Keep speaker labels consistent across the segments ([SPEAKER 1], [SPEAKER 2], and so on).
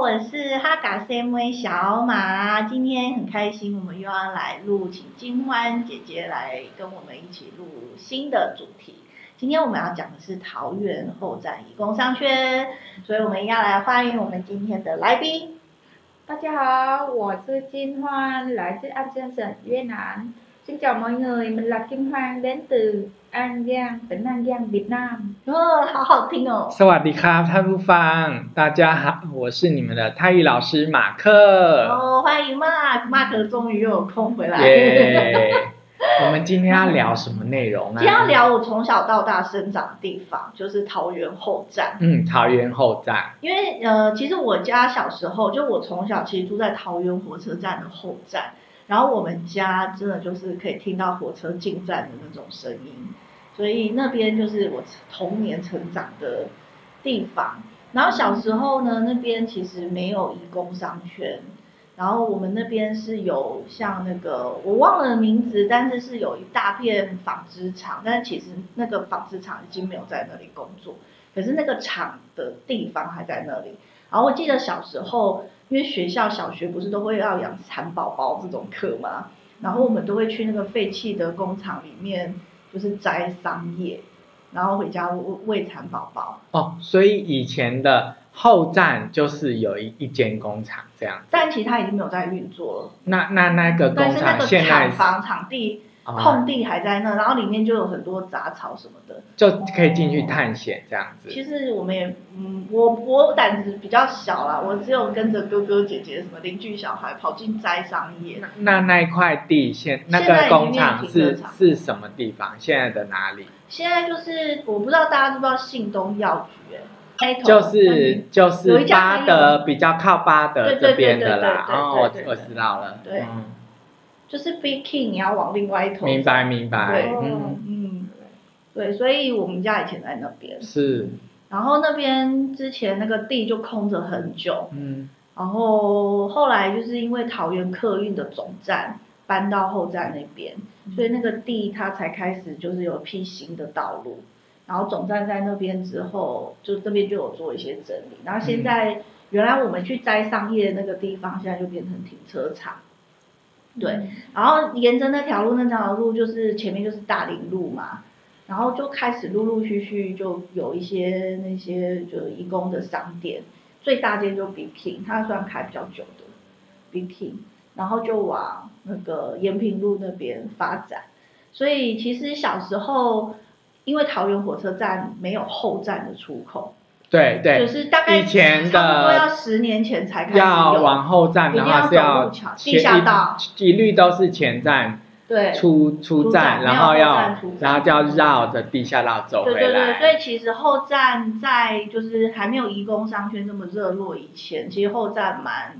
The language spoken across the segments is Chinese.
[SPEAKER 1] 我是哈嘎 CMA 小马，今天很开心，我们又要来录，请金欢姐姐来跟我们一起录新的主题。今天我们要讲的是桃园后站移工商圈，所以我们要来欢迎我们今天的来宾。
[SPEAKER 2] 大家好，我是Kim Hoan, lái chiếc An Giang dẫn Việt Nam. Xin chào mọi người, mình là Kim Hoan đến từ An Giang, tỉnh An Giang, Việt Nam.
[SPEAKER 1] 哦，好好听哦。
[SPEAKER 3] สวัสดีครับท่านผู้ฟัง大家好我是你们的泰语老师马克
[SPEAKER 1] 哦，欢迎 Mark，Mark 终于又有空回来。
[SPEAKER 3] 耶我们今天要聊什么内容啊
[SPEAKER 1] 今天要聊我从小到大生长的地方，就是桃园后站。
[SPEAKER 3] 嗯桃园后站
[SPEAKER 1] 因为呃，其实我家小时候，就我从小其实住在桃园火车站的后站，然后我们家真的就是可以听到火车进站的那种声音，所以那边就是我童年成长的地方。然后小时候呢，那边其实没有移工商圈，然后我们那边是有像那个我忘了名字，但是是有一大片纺织厂，但是其实那个纺织厂已经没有在那里工作，可是那个厂的地方还在那里。然后我记得小时候，因为学校小学不是都会要养蚕宝宝这种课吗？然后我们都会去那个废弃的工厂里面，就是摘桑叶，然后回家喂喂蚕宝宝。
[SPEAKER 3] 哦，所以以前的后站就是有一一间工厂这样，
[SPEAKER 1] 但其实它已经没有在运作了。
[SPEAKER 3] 那那那个
[SPEAKER 1] 但
[SPEAKER 3] 工
[SPEAKER 1] 是那
[SPEAKER 3] 厂
[SPEAKER 1] 个
[SPEAKER 3] 现在
[SPEAKER 1] 厂房、场地、
[SPEAKER 3] 哦
[SPEAKER 1] 空地还在那，然后里面就有很多杂草什么的。
[SPEAKER 3] 就可以进去探险这样子。
[SPEAKER 1] 其实我们也，嗯，我我胆子比较小啦，我只有跟着哥哥姐姐、什么邻居小孩跑进摘桑叶。
[SPEAKER 3] 那那那一块地现那
[SPEAKER 1] 现在已
[SPEAKER 3] 个
[SPEAKER 1] 经
[SPEAKER 3] 工厂
[SPEAKER 1] 变停车
[SPEAKER 3] 是
[SPEAKER 1] 场
[SPEAKER 3] 是什么地方？现在的哪里？
[SPEAKER 1] 现在就是我不知道大家知不知道信东药局、哎，
[SPEAKER 3] 就是就是
[SPEAKER 1] 有一家
[SPEAKER 3] 巴
[SPEAKER 1] 黑
[SPEAKER 3] 德比较靠巴德
[SPEAKER 1] 对
[SPEAKER 3] 这
[SPEAKER 1] 对对
[SPEAKER 3] 边的啦，
[SPEAKER 1] 对对对
[SPEAKER 3] 哦，我
[SPEAKER 1] 对对
[SPEAKER 3] 我知道了，
[SPEAKER 1] 对
[SPEAKER 3] 嗯
[SPEAKER 1] 就是 Big King，你要往另外一头。
[SPEAKER 3] 明。白明白，
[SPEAKER 1] 对
[SPEAKER 2] Oh,
[SPEAKER 3] 嗯，
[SPEAKER 1] 嗯，对，所以我们家以前在那边，
[SPEAKER 3] 是，
[SPEAKER 1] 然后那边之前那个地就空着很久，
[SPEAKER 3] 嗯，
[SPEAKER 1] 然后后来就是因为桃园客运的总站搬到后站那边，所以那个地它才开始就是有一批新的道路，然后总站在那边之后，就这边就有做一些整理，然后现在、原来我们去摘桑叶那个地方，现在就变成停车场。
[SPEAKER 2] 嗯
[SPEAKER 1] 对，然后沿着那条路，那条路就是前面就是大林路嘛，然后就开始陆陆续续就有一些那些就义工的商店，最大间就 Big King，它虽然开比较久的 Big King，然后就往那个延平路那边发展，所以其实小时候因为桃园火车站没有后站的出口，
[SPEAKER 3] 对
[SPEAKER 1] 就
[SPEAKER 3] 对，
[SPEAKER 1] 是大概
[SPEAKER 3] 以前
[SPEAKER 1] 差不多要
[SPEAKER 3] 的
[SPEAKER 1] 十年前才开始
[SPEAKER 3] 要
[SPEAKER 1] 有
[SPEAKER 3] 往后站
[SPEAKER 1] 一
[SPEAKER 3] 的
[SPEAKER 1] 定
[SPEAKER 3] 话
[SPEAKER 1] 要
[SPEAKER 3] 是
[SPEAKER 1] 走
[SPEAKER 3] 要
[SPEAKER 1] 路桥
[SPEAKER 3] 前
[SPEAKER 1] 地下
[SPEAKER 3] 一
[SPEAKER 1] 道
[SPEAKER 3] 一律都是前站
[SPEAKER 1] 对
[SPEAKER 3] 出出
[SPEAKER 1] 出
[SPEAKER 3] 站，
[SPEAKER 1] 站
[SPEAKER 3] 然
[SPEAKER 1] 没有
[SPEAKER 3] 后
[SPEAKER 1] 后
[SPEAKER 3] 要
[SPEAKER 1] 站出站
[SPEAKER 3] 然后就要绕着地下道走
[SPEAKER 1] 对
[SPEAKER 3] 回
[SPEAKER 1] 对对，所
[SPEAKER 3] 来，
[SPEAKER 1] 以其实后站在就是还没有移工商圈这么热络以前，其实后站蛮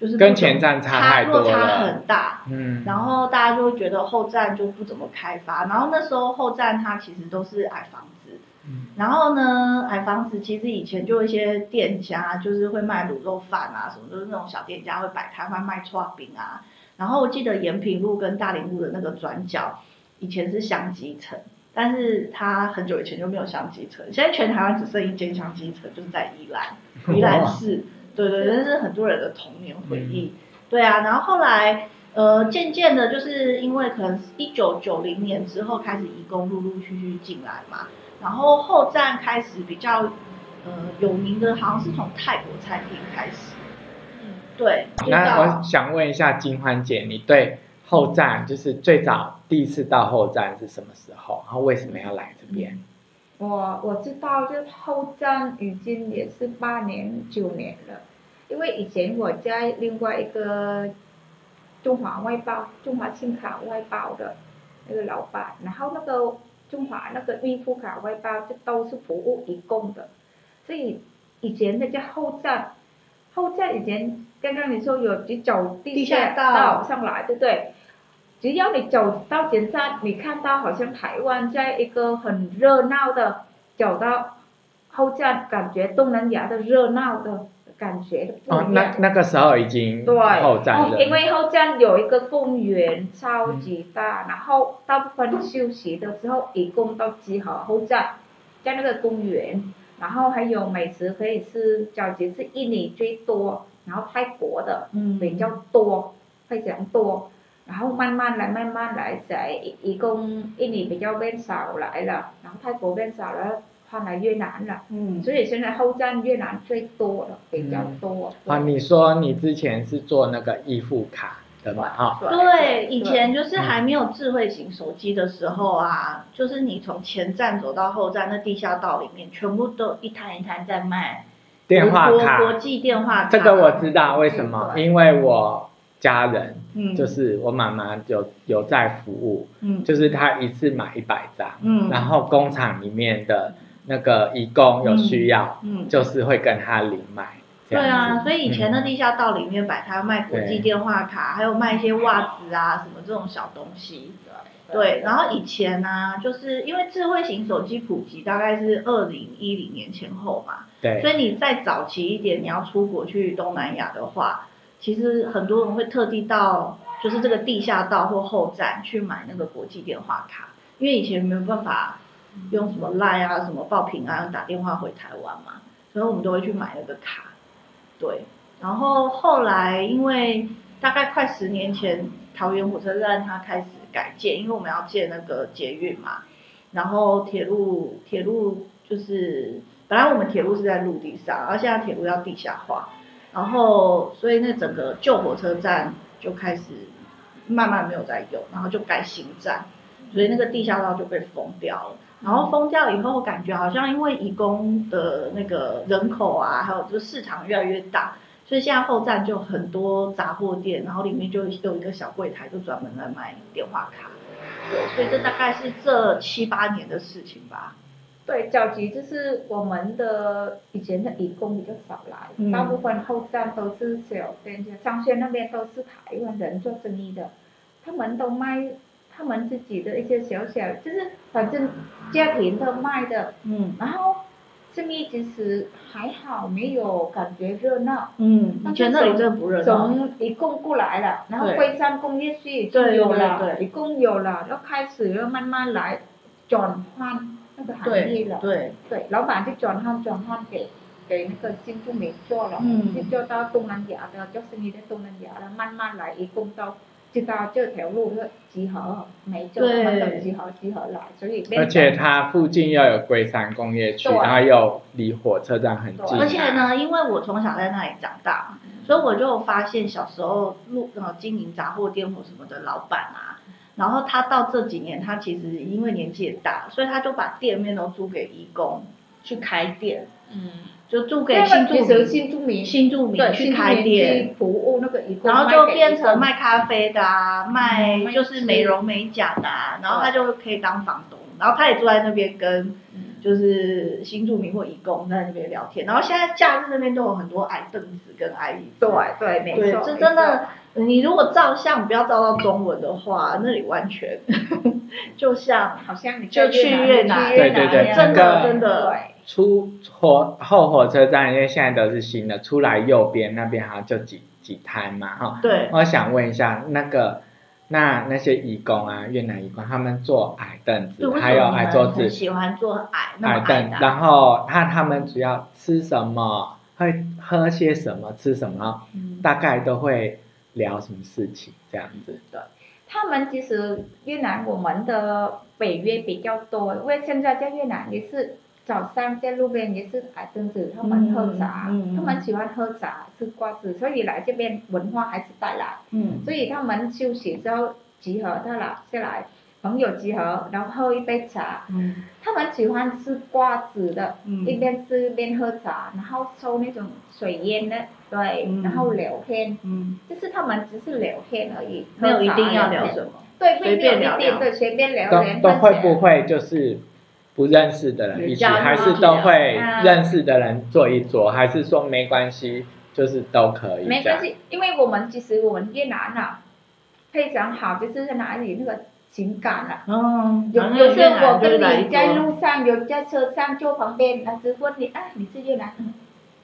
[SPEAKER 1] 就是
[SPEAKER 3] 跟
[SPEAKER 1] 不怎么
[SPEAKER 3] 前站差
[SPEAKER 1] 差
[SPEAKER 3] 太多
[SPEAKER 1] 落差
[SPEAKER 3] 了
[SPEAKER 1] 很大。
[SPEAKER 3] 嗯，
[SPEAKER 1] 然后大家就会觉得后站就不怎么开发，然后那时候后站它其实都是矮房子，
[SPEAKER 3] 嗯
[SPEAKER 1] 然后呢，矮房子其实以前就有一些店家就是会卖卤肉饭啊什么，就是那种小店家会摆摊贩卖串饼啊。然后我记得延平路跟大林路的那个转角，以前是香鸡城，但是它很久以前就没有香鸡城，现在全台湾只剩一间香鸡城，就是在宜兰，宜兰市。对对，对那是很多人的童年回忆。
[SPEAKER 3] 嗯
[SPEAKER 1] 对啊，然后后来呃，渐渐的，就是因为可能一九九零年之后开始移工陆陆续续进来嘛，然后后站开始比较呃有名的，好像是从泰国餐厅开始，
[SPEAKER 2] Ừ.
[SPEAKER 1] 对，就
[SPEAKER 3] 哦那我
[SPEAKER 1] 到
[SPEAKER 3] 想问一下金欢姐，你对后站就是最早第一次到后站是什么时候？然后为什么要来这边？
[SPEAKER 2] 我我知道，就是后站已经也是八年九年了，因为以前我在另外一个中华外包、中华信卡外包的那个老板，然后那个中华那个孕妇卡外包就都是服务义工的，所以以前那叫后站，后站以前刚刚你说有你走地
[SPEAKER 1] 地下
[SPEAKER 2] 下
[SPEAKER 1] 道
[SPEAKER 2] 道上来，对不对？只要你走到前站，你看到好像台湾在一个很热闹的，走到后站，感觉东南亚的热闹的感觉不
[SPEAKER 3] 哦，
[SPEAKER 1] 嗯
[SPEAKER 2] 一样
[SPEAKER 3] 那。那个时候已经
[SPEAKER 2] 对，
[SPEAKER 3] 后站
[SPEAKER 2] 哦
[SPEAKER 3] 了，
[SPEAKER 2] 因为后站有一个公园超级大，然后大部分休息的时候，义工都集合后站，在那个公园，然后还有美食可以是，小姐是印尼最多，然后泰国的
[SPEAKER 1] 嗯
[SPEAKER 2] 比较多，会讲多，然后慢慢来，慢慢来，在一一共印尼比较变少来了，然后泰国变少了，换来越南了，
[SPEAKER 1] 嗯，
[SPEAKER 2] 所以现在后站越南最多了，比较多。
[SPEAKER 3] 啊，你说你之前是做那个易付卡的嘛？哦哈、
[SPEAKER 1] 对，以前就是还没有智慧型手机的时候啊，就是你从前站走到后站，那地下道里面全部都一摊一摊在卖
[SPEAKER 3] 电话
[SPEAKER 1] 国国
[SPEAKER 3] 卡，
[SPEAKER 1] 际电话卡，
[SPEAKER 3] 这个我知道为什么，
[SPEAKER 2] 嗯对
[SPEAKER 3] 因为我家人
[SPEAKER 1] 嗯
[SPEAKER 3] 就是我妈妈有有在服务，
[SPEAKER 1] 嗯
[SPEAKER 3] 就是她一次买一百张，
[SPEAKER 1] 嗯
[SPEAKER 3] 然后工厂里面的那个义工有需要，
[SPEAKER 1] 嗯，
[SPEAKER 3] 就是会跟她领买。这
[SPEAKER 1] 对
[SPEAKER 3] 样
[SPEAKER 1] 啊，
[SPEAKER 3] 子
[SPEAKER 1] 所以以前的地下道里面摆摊卖国际
[SPEAKER 3] 对
[SPEAKER 1] 电话卡，还有卖一些袜子啊什么这种小东西。对，然后以前呢、啊就是因为智慧型手机普及大概是二零一零年前后嘛，
[SPEAKER 3] 对，
[SPEAKER 1] 所以你再早期一点，你要出国去东南亚的话，其实很多人会特地到就是这个地下道或后站去买那个国际电话卡，因为以前没有办法用什么 Line 啊、什么报平安打电话回台湾嘛，所以我们都会去买那个卡。对，然后后来因为大概快十年前，桃园火车站它开始改建，因为我们要建那个捷运嘛，然后铁路铁路就是本来我们铁路是在陆地上，然后现在铁路要地下化，然后所以那整个旧火车站就开始慢慢没有在用，然后就改新站，所以那个地下道就被封掉了。然后封掉以后，感觉好像因为移工的那个人口啊，还有就是市场越来越大，所以现在后站就很多杂货店，然后里面就有一个小柜台，就专门来卖电话卡。对，所以这大概是这七八年的事情吧。
[SPEAKER 2] 对，早期就是我们的以前的义工比较少来，
[SPEAKER 1] 嗯
[SPEAKER 2] 大部分后站都是小店家，商圈那边都是台湾人做生意的，他们都卖他们自己的一些小小，就是反正家庭的卖的，
[SPEAKER 1] 嗯
[SPEAKER 2] 然后这边其实还好，没有感觉热闹。
[SPEAKER 1] 嗯，
[SPEAKER 2] 那
[SPEAKER 1] 以前那里真的不热闹。啊
[SPEAKER 2] 从一共过来了，然后
[SPEAKER 1] 对
[SPEAKER 2] 龟山工业区已
[SPEAKER 1] 对
[SPEAKER 2] 经有
[SPEAKER 1] 对
[SPEAKER 2] 了，
[SPEAKER 1] 对
[SPEAKER 2] 一共有了，要开始要慢慢来转换那个行业
[SPEAKER 1] 对
[SPEAKER 2] 了。
[SPEAKER 1] 对，
[SPEAKER 2] 对，老板就转换转换给给那个新住民做了，
[SPEAKER 1] 嗯
[SPEAKER 2] 就做到东南亚的，做生意在东南亚了，慢慢来，一共到知道这条路是集合，每周
[SPEAKER 1] 对
[SPEAKER 2] 慢慢集合集合来，所以变
[SPEAKER 3] 而且
[SPEAKER 2] 成
[SPEAKER 3] 它附近又有龟山工业区，
[SPEAKER 2] 对
[SPEAKER 3] 然后又离火车站很近、
[SPEAKER 2] 对
[SPEAKER 3] 啊，
[SPEAKER 1] 而且呢，因为我从小在那里长大，
[SPEAKER 2] 嗯
[SPEAKER 1] 所以我就发现小时候路呃经营杂货店或什么的老板啊，然后他到这几年，他其实因为年纪也大，所以他就把店面都租给义工去开店，
[SPEAKER 2] 嗯，
[SPEAKER 1] 就租给
[SPEAKER 2] 那
[SPEAKER 1] 新
[SPEAKER 2] 个
[SPEAKER 1] 住
[SPEAKER 2] 其
[SPEAKER 1] 民
[SPEAKER 2] 实新住民
[SPEAKER 1] 新住民
[SPEAKER 2] 对
[SPEAKER 1] 去
[SPEAKER 2] 新住
[SPEAKER 1] 开
[SPEAKER 2] 民
[SPEAKER 1] 店
[SPEAKER 2] 去。服务那个义工，
[SPEAKER 1] 然后就
[SPEAKER 2] 卖给
[SPEAKER 1] 变
[SPEAKER 2] 义
[SPEAKER 1] 成
[SPEAKER 2] 工
[SPEAKER 1] 卖咖啡的啊，卖
[SPEAKER 2] 卖
[SPEAKER 1] 就是美容美甲的啊，然后他就可以当房东，然后他也住在那边跟
[SPEAKER 2] 嗯
[SPEAKER 1] 就是新住民或移工在那边聊天，然后现在假日那边都有很多矮凳子跟矮椅子。
[SPEAKER 2] 对对没
[SPEAKER 1] 对，
[SPEAKER 2] 错，
[SPEAKER 1] 这
[SPEAKER 2] 没
[SPEAKER 1] 真
[SPEAKER 2] 错
[SPEAKER 1] 的，你如果照相不要照到中文的话，那里完全 就像
[SPEAKER 2] 好像你
[SPEAKER 1] 就
[SPEAKER 2] 在
[SPEAKER 1] 去越南
[SPEAKER 2] 南，
[SPEAKER 3] 对对对
[SPEAKER 2] 一样
[SPEAKER 3] 真的
[SPEAKER 1] 真的
[SPEAKER 2] 对
[SPEAKER 3] 出火后火车站，因为现在都是新的，出来右边那边好像就几几摊嘛，哈。
[SPEAKER 1] 对，
[SPEAKER 3] 我想问一下，那个那那些义工啊，越南义工，他们坐矮凳
[SPEAKER 1] 对，
[SPEAKER 3] 子，
[SPEAKER 1] 为什
[SPEAKER 3] 还有
[SPEAKER 1] 么你
[SPEAKER 3] 矮
[SPEAKER 1] 们
[SPEAKER 3] 桌
[SPEAKER 1] 很
[SPEAKER 3] 子、
[SPEAKER 1] 喜欢坐矮那么
[SPEAKER 3] 矮
[SPEAKER 1] 矮
[SPEAKER 3] 凳
[SPEAKER 1] 的，啊？
[SPEAKER 3] 然后那他们主要吃什么，会喝些什么，吃什么，
[SPEAKER 2] 嗯
[SPEAKER 3] 大概都会聊什么事情这样子。
[SPEAKER 2] 他们其实越南我们的北约比较多，因为现在在越南也是早上在路边也是矮凳子，他们喝茶，
[SPEAKER 1] 嗯嗯
[SPEAKER 2] 他们喜欢喝茶吃瓜子，所以来这边文化还是带来，
[SPEAKER 1] 嗯，
[SPEAKER 2] 所以他们休息之后集合他来下来，朋友集合，然后喝一杯茶，
[SPEAKER 1] 嗯
[SPEAKER 2] 他们喜欢吃瓜子的，
[SPEAKER 1] 嗯
[SPEAKER 2] 一边吃一边喝茶，然后抽那种水烟的，对，
[SPEAKER 1] 嗯
[SPEAKER 2] 然后聊天，
[SPEAKER 1] 嗯，
[SPEAKER 2] 就是他们只是聊天而已，
[SPEAKER 1] 没有一定要
[SPEAKER 2] 什
[SPEAKER 1] 聊
[SPEAKER 2] 么。
[SPEAKER 1] 什么，
[SPEAKER 2] 对，
[SPEAKER 1] 随
[SPEAKER 2] 随
[SPEAKER 1] 便
[SPEAKER 2] 便
[SPEAKER 1] 聊
[SPEAKER 2] 聊
[SPEAKER 1] 聊
[SPEAKER 2] 聊，对，随便聊
[SPEAKER 3] 都
[SPEAKER 2] 聊。
[SPEAKER 3] 都会不？会就是不认识的人一起，
[SPEAKER 1] 加入
[SPEAKER 3] 还是
[SPEAKER 1] 一起
[SPEAKER 3] 都
[SPEAKER 1] 啊
[SPEAKER 3] 会
[SPEAKER 2] 嗯
[SPEAKER 3] 认识的人坐一桌，还是说没关系，就是都可以
[SPEAKER 2] 没
[SPEAKER 3] 这
[SPEAKER 2] 关
[SPEAKER 3] 样？
[SPEAKER 2] 系，因为我们其实我们越南啊，非常好，就是在哪里那个情感啊。
[SPEAKER 1] 嗯，
[SPEAKER 2] 有
[SPEAKER 1] 反正
[SPEAKER 2] 有时
[SPEAKER 1] 越南
[SPEAKER 2] 候我
[SPEAKER 1] 就是
[SPEAKER 2] 跟
[SPEAKER 1] 来一
[SPEAKER 2] 你在
[SPEAKER 1] 桌
[SPEAKER 2] 路上，有在车上坐旁边，老师问你，哎，你是越南？嗯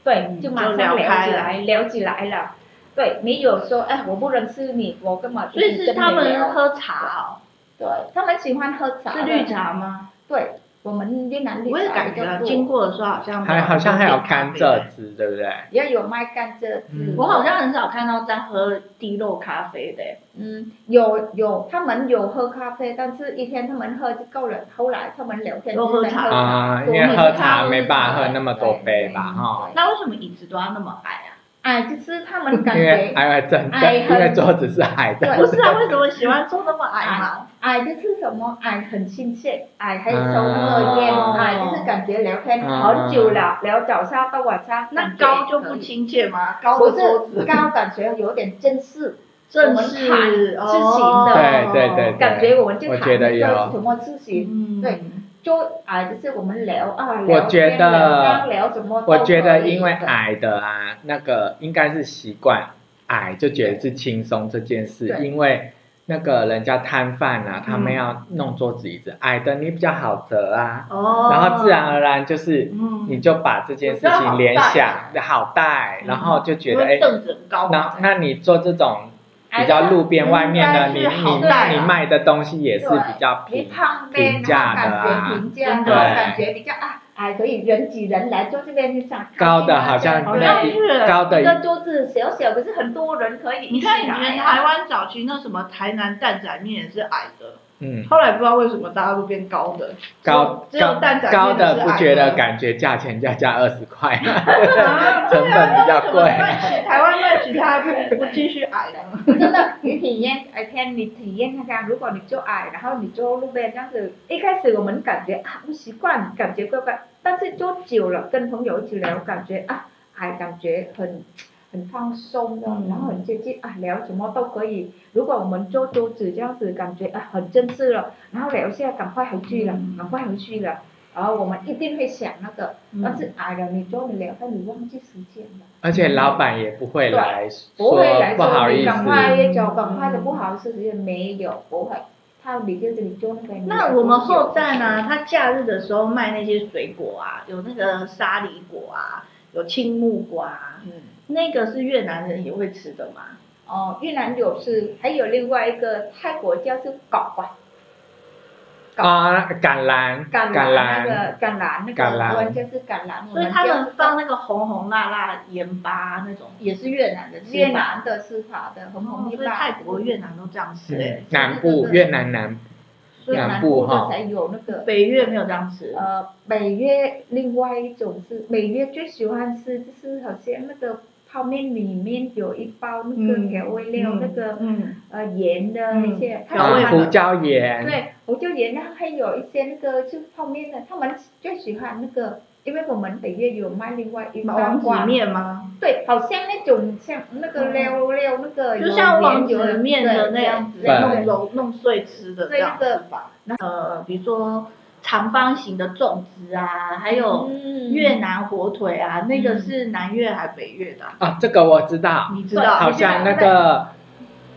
[SPEAKER 2] 对
[SPEAKER 1] 嗯，
[SPEAKER 2] 就
[SPEAKER 1] 就
[SPEAKER 2] 马上
[SPEAKER 1] 聊
[SPEAKER 2] 聊
[SPEAKER 1] 开
[SPEAKER 2] 起
[SPEAKER 1] 了
[SPEAKER 2] 来，聊起来了。对，没有说哎，我不认识你，我干嘛？
[SPEAKER 1] 所以是他们喝茶
[SPEAKER 2] 对，他们喜欢喝
[SPEAKER 1] 哦，
[SPEAKER 2] 茶，
[SPEAKER 1] 是绿，茶吗？
[SPEAKER 2] 对，我们越南历
[SPEAKER 1] 我也
[SPEAKER 2] 史
[SPEAKER 1] 感觉
[SPEAKER 2] 一
[SPEAKER 1] 啊
[SPEAKER 2] 个
[SPEAKER 1] 经过的时候好像没
[SPEAKER 3] 还好像还有
[SPEAKER 1] 很多
[SPEAKER 3] 甘蔗汁，对不对？
[SPEAKER 2] 也有卖甘蔗汁
[SPEAKER 3] 嗯，
[SPEAKER 1] 我好像很少看到在喝低漏咖啡的、欸
[SPEAKER 2] 嗯有有，他们有喝咖啡，但是一天他们喝就够了。后来他们聊天
[SPEAKER 1] 都
[SPEAKER 2] 就
[SPEAKER 1] 喝
[SPEAKER 2] 在
[SPEAKER 1] 茶
[SPEAKER 2] 喝
[SPEAKER 3] 啊，因为喝茶没办法喝那么多杯吧，哈。
[SPEAKER 1] 那为什么椅子都要那么矮 啊？
[SPEAKER 2] 哎，就是他们
[SPEAKER 3] 因
[SPEAKER 2] 感
[SPEAKER 3] 为
[SPEAKER 2] 觉
[SPEAKER 3] 矮矮整的，
[SPEAKER 2] 矮
[SPEAKER 3] 因
[SPEAKER 2] 哎很
[SPEAKER 3] 为桌子是矮的。
[SPEAKER 2] 对
[SPEAKER 1] 不是啊，为什么喜欢坐那么矮 嘛？
[SPEAKER 2] 矮就是什么矮很亲切，矮还有收热恋，
[SPEAKER 3] 哦
[SPEAKER 2] 矮就是感觉聊天
[SPEAKER 3] 嗯
[SPEAKER 2] 很久了，聊早上到晚上。
[SPEAKER 1] 那高就不亲切吗？高
[SPEAKER 2] 不
[SPEAKER 1] 的桌
[SPEAKER 2] 是
[SPEAKER 1] 子，
[SPEAKER 2] 高，感觉有点正式，
[SPEAKER 1] 正
[SPEAKER 2] 我们
[SPEAKER 1] 是
[SPEAKER 2] 看
[SPEAKER 1] 哦
[SPEAKER 2] 字
[SPEAKER 3] 形的对 对对
[SPEAKER 2] 感觉我们就
[SPEAKER 3] 我
[SPEAKER 2] 谈
[SPEAKER 3] 觉
[SPEAKER 2] 一
[SPEAKER 3] 得有
[SPEAKER 2] 个什么事情，
[SPEAKER 1] 嗯
[SPEAKER 2] 对，就矮就是我们聊啊，
[SPEAKER 3] 我
[SPEAKER 2] 聊
[SPEAKER 3] 觉
[SPEAKER 2] 天聊
[SPEAKER 3] 得
[SPEAKER 2] 天聊什么，都
[SPEAKER 3] 我觉
[SPEAKER 2] 可
[SPEAKER 3] 得
[SPEAKER 2] 以
[SPEAKER 3] 因为
[SPEAKER 2] 的
[SPEAKER 3] 矮的啊，那个应该是习惯矮就觉得是轻松这件事，
[SPEAKER 2] 对
[SPEAKER 3] 因为那个人家摊贩啊，他们
[SPEAKER 1] 嗯
[SPEAKER 3] 要弄桌子椅子，矮的你比较好折啊，
[SPEAKER 1] 哦，
[SPEAKER 3] 然后自然而然就是
[SPEAKER 1] 嗯
[SPEAKER 3] 你就把这件事
[SPEAKER 1] 我知道
[SPEAKER 3] 情
[SPEAKER 1] 好
[SPEAKER 3] 联
[SPEAKER 1] 带
[SPEAKER 3] 想好带，然后就觉得
[SPEAKER 1] 因为
[SPEAKER 3] 哎，
[SPEAKER 1] 凳子很高嘛
[SPEAKER 3] 那那你做这种
[SPEAKER 2] 哎
[SPEAKER 3] 比较路边外面的，
[SPEAKER 1] 应
[SPEAKER 3] 你
[SPEAKER 1] 该是好带啊哎
[SPEAKER 3] 你你卖的东西也是
[SPEAKER 2] 对
[SPEAKER 3] 比较
[SPEAKER 2] 你
[SPEAKER 3] 平
[SPEAKER 2] 旁边
[SPEAKER 3] 平
[SPEAKER 2] 然
[SPEAKER 3] 价
[SPEAKER 2] 后
[SPEAKER 3] 的
[SPEAKER 2] 感觉
[SPEAKER 3] 啊，
[SPEAKER 2] 平价
[SPEAKER 1] 对
[SPEAKER 2] 的，感觉比较啊，哎，可以人挤人来坐这边，你想
[SPEAKER 3] 高的好像
[SPEAKER 1] 哎好
[SPEAKER 3] 那
[SPEAKER 1] 像
[SPEAKER 3] 一
[SPEAKER 1] 是
[SPEAKER 3] 高的
[SPEAKER 2] 一
[SPEAKER 3] 一
[SPEAKER 2] 个桌子小小，可是很多人可以
[SPEAKER 1] 你
[SPEAKER 2] 一起
[SPEAKER 1] 看以
[SPEAKER 2] 来
[SPEAKER 1] 前台
[SPEAKER 2] 啊。
[SPEAKER 1] 湾早期那什么台南蛋仔面也是矮的，
[SPEAKER 3] 嗯
[SPEAKER 1] 后来不知道为什么大家都变高的，
[SPEAKER 3] 高
[SPEAKER 1] 只有只
[SPEAKER 3] 高
[SPEAKER 1] 有蛋仔面
[SPEAKER 3] 高的不觉得
[SPEAKER 1] 是矮
[SPEAKER 3] 感觉价钱要加二十块，
[SPEAKER 1] 的啊
[SPEAKER 3] 成本比较贵
[SPEAKER 1] 对啊那为什么台湾卖其他不不继续矮呢？
[SPEAKER 2] 真的，你体验哎天，你体验看看，如果你就矮，然后你坐路边这样子，一开始我们感觉啊不习惯，感觉怪怪，但是坐久了，跟朋友一起聊，感觉啊哎感觉很很放松的，
[SPEAKER 1] 嗯
[SPEAKER 2] 然后很接近啊，聊什么都可以。如果我们坐桌子这样子，感觉啊很正式了，然后聊一下，赶快回去了，
[SPEAKER 1] 嗯
[SPEAKER 2] 赶快回去了。然后我们一定会想那个，但是矮了你坐你聊，但你忘记时间了。
[SPEAKER 3] 而且老板也不会来
[SPEAKER 2] 不
[SPEAKER 3] 说
[SPEAKER 2] 会来
[SPEAKER 3] 不好意
[SPEAKER 2] 赶
[SPEAKER 3] 思，
[SPEAKER 2] 快就赶快的不好意思，也没有，不会。他你就是你就那个。
[SPEAKER 1] 那我们后站呢、？他假日的时候卖那些水果啊，有那个沙梨果啊，有青木瓜、啊，
[SPEAKER 2] 嗯，
[SPEAKER 1] 那个是越南人也会吃的嘛？
[SPEAKER 2] 哦，越南有是，还有另外一个泰国叫是搞吧，
[SPEAKER 3] 啊，橄榄
[SPEAKER 2] 橄榄
[SPEAKER 3] 橄
[SPEAKER 2] 那
[SPEAKER 3] 榄，
[SPEAKER 2] 个橄榄那个，
[SPEAKER 3] 橄榄
[SPEAKER 2] 我们就是橄榄，我
[SPEAKER 1] 所以
[SPEAKER 2] 们
[SPEAKER 1] 他
[SPEAKER 2] 叫
[SPEAKER 1] 们放那个红红辣辣盐巴啊那种，也是越南的吃法。
[SPEAKER 2] 越南的吃法的红
[SPEAKER 1] 哦，
[SPEAKER 2] 红一
[SPEAKER 1] 所以
[SPEAKER 2] 般。
[SPEAKER 1] 泰国、越南都这样吃、欸
[SPEAKER 3] 嗯，南部
[SPEAKER 2] 对对对
[SPEAKER 3] 越南南
[SPEAKER 2] 所以
[SPEAKER 3] 南
[SPEAKER 2] 南
[SPEAKER 3] 部
[SPEAKER 2] 部
[SPEAKER 3] 哈
[SPEAKER 2] 的才有那个。
[SPEAKER 1] 北越没有这样吃。
[SPEAKER 2] 呃，北约另外一种是北约最喜欢吃，就是好像那个泡面里面有一包那个
[SPEAKER 1] 嗯
[SPEAKER 2] 调味料，
[SPEAKER 1] Ừ.
[SPEAKER 2] 那个
[SPEAKER 1] 嗯，
[SPEAKER 2] 呃盐的
[SPEAKER 1] 嗯
[SPEAKER 2] 那些，他
[SPEAKER 1] 调味
[SPEAKER 2] 们
[SPEAKER 3] 啊
[SPEAKER 1] 粉
[SPEAKER 3] 胡
[SPEAKER 2] 还
[SPEAKER 3] 椒盐，
[SPEAKER 2] 对胡椒盐，然后还有一些那个就泡面的，他们最喜欢那个，因为我们北约有卖另外一包
[SPEAKER 1] 王
[SPEAKER 2] 挂
[SPEAKER 1] 子，面吗？
[SPEAKER 2] 对，好像那种像那个
[SPEAKER 1] 嗯
[SPEAKER 2] 料料那个有
[SPEAKER 1] 就像王
[SPEAKER 2] 盐有
[SPEAKER 1] 子面的那样子，
[SPEAKER 2] 对对
[SPEAKER 1] 弄
[SPEAKER 2] 对
[SPEAKER 1] 揉弄碎吃的这
[SPEAKER 2] 所以
[SPEAKER 1] 样
[SPEAKER 2] 那
[SPEAKER 1] 吃
[SPEAKER 2] 个
[SPEAKER 1] 法。呃，比如说长方形的粽子啊，还有
[SPEAKER 2] 嗯
[SPEAKER 1] 越南火腿啊，那个
[SPEAKER 2] 嗯
[SPEAKER 1] 是南越还北越的啊？
[SPEAKER 3] 啊，这个我知道，
[SPEAKER 1] 你知道？
[SPEAKER 3] 好像那个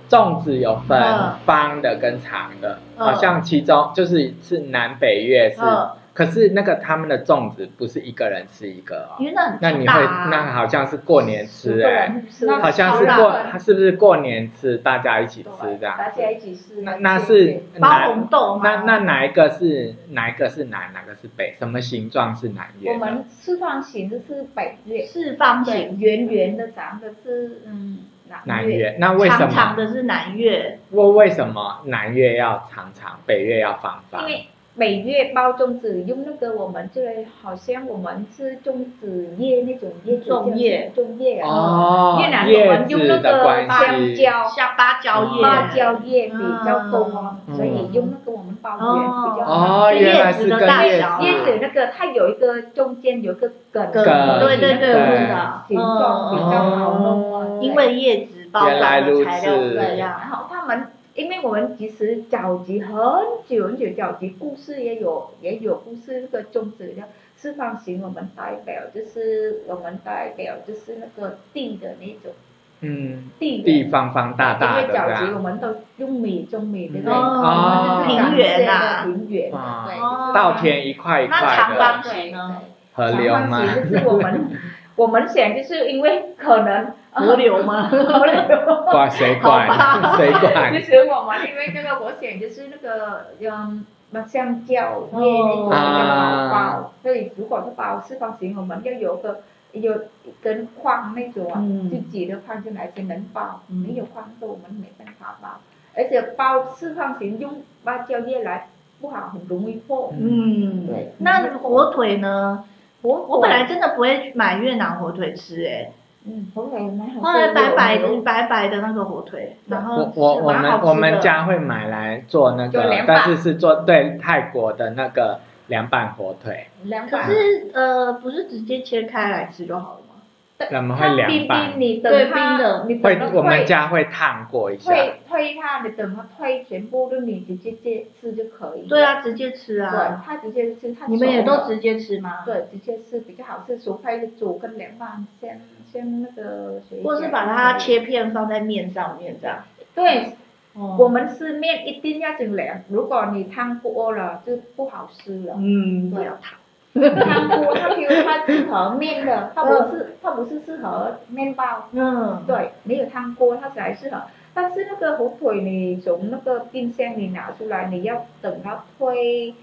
[SPEAKER 3] 粽子有分
[SPEAKER 1] 嗯
[SPEAKER 3] 方的跟长的，
[SPEAKER 1] 嗯
[SPEAKER 3] 好像其中就是是南北越是，
[SPEAKER 1] 嗯
[SPEAKER 3] 可是那个他们的粽子不是一个人吃一个
[SPEAKER 1] 因
[SPEAKER 3] 哦，
[SPEAKER 1] 为那很
[SPEAKER 3] 那你
[SPEAKER 1] 大
[SPEAKER 3] 会
[SPEAKER 1] 啊
[SPEAKER 3] 那好像是过年吃
[SPEAKER 2] 十个
[SPEAKER 3] 哎、
[SPEAKER 2] 人吃
[SPEAKER 1] 那
[SPEAKER 3] 好像是
[SPEAKER 1] 超
[SPEAKER 3] 过
[SPEAKER 1] 大
[SPEAKER 3] 它是不是过年吃大家一起吃这样
[SPEAKER 2] 啊大
[SPEAKER 3] 子
[SPEAKER 2] 家？一起吃，
[SPEAKER 3] 那那
[SPEAKER 2] 谢谢
[SPEAKER 3] 是
[SPEAKER 1] 包
[SPEAKER 3] 南
[SPEAKER 1] 红豆嘛
[SPEAKER 3] 那那哪一个是哪一个是南哪个是北？什么形状是南越
[SPEAKER 2] 我
[SPEAKER 3] 的？
[SPEAKER 2] 们四方形就是北越，
[SPEAKER 1] 四方
[SPEAKER 2] 对
[SPEAKER 1] 形，
[SPEAKER 2] 圆圆的长的是嗯南
[SPEAKER 3] 南
[SPEAKER 2] 越，
[SPEAKER 3] 越那为什
[SPEAKER 1] 长长
[SPEAKER 3] 么？
[SPEAKER 1] 的是南越，
[SPEAKER 3] 为为什么南越要长长，北越要方
[SPEAKER 2] 因
[SPEAKER 3] 方？
[SPEAKER 2] 为北越包粽子用那个我们这个好像我们是粽子叶那种叶子
[SPEAKER 1] 粽叶
[SPEAKER 2] 粽叶啊，
[SPEAKER 3] 哦，
[SPEAKER 2] 越南我
[SPEAKER 3] 叶
[SPEAKER 2] 们用那
[SPEAKER 3] 子的
[SPEAKER 2] 个
[SPEAKER 3] 关
[SPEAKER 2] 香
[SPEAKER 3] 系，
[SPEAKER 2] 蕉。
[SPEAKER 1] 像芭蕉叶，
[SPEAKER 3] 哦
[SPEAKER 2] 芭蕉叶比较多哦，
[SPEAKER 3] 嗯
[SPEAKER 2] 所以用那个我们包圆比较好。
[SPEAKER 3] 哦，
[SPEAKER 1] 是
[SPEAKER 3] 原来
[SPEAKER 1] 叶
[SPEAKER 3] 是
[SPEAKER 1] 子
[SPEAKER 3] 跟
[SPEAKER 1] 的大
[SPEAKER 3] 叶
[SPEAKER 1] 小，啊
[SPEAKER 2] 叶子那个它有一个中间有一个梗，
[SPEAKER 1] 梗
[SPEAKER 3] 对
[SPEAKER 1] 对对
[SPEAKER 2] 那
[SPEAKER 3] 对
[SPEAKER 2] 个
[SPEAKER 1] 是的
[SPEAKER 2] 形状比较好弄啊
[SPEAKER 3] 哦，
[SPEAKER 2] 对
[SPEAKER 1] 因为叶子包
[SPEAKER 3] 原来
[SPEAKER 1] 装
[SPEAKER 3] 如
[SPEAKER 1] 的材料
[SPEAKER 3] 此
[SPEAKER 1] 不
[SPEAKER 2] 对
[SPEAKER 1] 一
[SPEAKER 2] 呀，
[SPEAKER 1] 样。
[SPEAKER 2] 然后他们，因为我们其实早期很久很久早期故事也有也有故事那个宗旨的四方形，我们代表就是我们代表就是那个地的那种
[SPEAKER 3] 嗯，
[SPEAKER 2] 地的
[SPEAKER 3] 地方方大大
[SPEAKER 2] 因为
[SPEAKER 3] 的这
[SPEAKER 2] 早期我
[SPEAKER 3] 样，
[SPEAKER 2] 们都用米种米对不对？
[SPEAKER 1] 哦
[SPEAKER 2] 我们就是
[SPEAKER 1] 平
[SPEAKER 2] 感
[SPEAKER 1] 原
[SPEAKER 2] 谢
[SPEAKER 1] 啊
[SPEAKER 2] 的平原
[SPEAKER 3] 哦
[SPEAKER 2] 的，对，
[SPEAKER 1] 哦
[SPEAKER 3] 稻田一块一
[SPEAKER 1] 那
[SPEAKER 3] 块
[SPEAKER 1] 长
[SPEAKER 3] 的
[SPEAKER 1] 方形呢？
[SPEAKER 3] 河流吗？
[SPEAKER 2] 长方形就是我们我们想就是因为可能
[SPEAKER 1] 河流吗？
[SPEAKER 2] 河流。
[SPEAKER 3] 挂水管，水管
[SPEAKER 2] 其实我们因为这个，我想就是那个，嗯，嘛香蕉叶那
[SPEAKER 1] 哦
[SPEAKER 2] 种叫
[SPEAKER 3] 啊
[SPEAKER 2] 包包，所以如果是包四方形，我们要有个有一根框那种啊，
[SPEAKER 1] 嗯
[SPEAKER 2] 自己的框进来才能包，
[SPEAKER 1] 嗯
[SPEAKER 2] 没有框的我们没办法包，而且包四方形用芭蕉叶来不好，很容易破。
[SPEAKER 1] 嗯，
[SPEAKER 2] 对
[SPEAKER 1] 那火腿呢？
[SPEAKER 2] 我
[SPEAKER 1] 我本来真的不会买越南火腿吃、欸，
[SPEAKER 2] 嗯，后来买
[SPEAKER 1] 哎，
[SPEAKER 2] 好
[SPEAKER 1] 后来白白
[SPEAKER 2] 多
[SPEAKER 1] 的
[SPEAKER 2] 牛
[SPEAKER 1] 白白的那个火腿，然后
[SPEAKER 3] 我我我
[SPEAKER 1] 嗯蛮好
[SPEAKER 3] 们
[SPEAKER 1] 吃的
[SPEAKER 3] 我们家会买来做那
[SPEAKER 2] 做
[SPEAKER 3] 个
[SPEAKER 2] 凉，拌
[SPEAKER 3] 但是是做对泰国的那个凉拌火腿，
[SPEAKER 2] 两
[SPEAKER 1] 可
[SPEAKER 2] 百。
[SPEAKER 1] 是呃，不是直接切开来吃就好了吗？
[SPEAKER 3] 我们
[SPEAKER 2] 它
[SPEAKER 3] 会凉
[SPEAKER 2] 冰
[SPEAKER 3] 拌
[SPEAKER 2] 冰，你等
[SPEAKER 1] 对
[SPEAKER 2] 它
[SPEAKER 1] 冰的
[SPEAKER 2] 你等
[SPEAKER 3] 会
[SPEAKER 2] 它
[SPEAKER 3] 我们
[SPEAKER 2] 退
[SPEAKER 3] 家会烫过一下，
[SPEAKER 2] 退退它，你等它退全部的，你直接接吃就可以。
[SPEAKER 1] 对，啊，直接吃
[SPEAKER 2] 对
[SPEAKER 1] 啊。，
[SPEAKER 2] 它直接吃，它
[SPEAKER 1] 你们也
[SPEAKER 2] 熟了
[SPEAKER 1] 都直接吃吗？，
[SPEAKER 2] 对，直接吃比较好吃，除非是煮跟凉拌，先先那个水饺。
[SPEAKER 1] 或是把它切片放在面上面这样。
[SPEAKER 2] 对，
[SPEAKER 1] 哦
[SPEAKER 2] 我们吃面一定要整凉，如果你汤锅了就不好吃了。
[SPEAKER 1] 嗯，
[SPEAKER 2] 对
[SPEAKER 1] 不要烫。
[SPEAKER 2] 汤锅它比如它适合面的，它不是它不是适合面包。
[SPEAKER 1] 嗯，
[SPEAKER 2] 对，没有汤锅它才适合。但是那个火腿你从那个冰箱里拿出来，你要等它退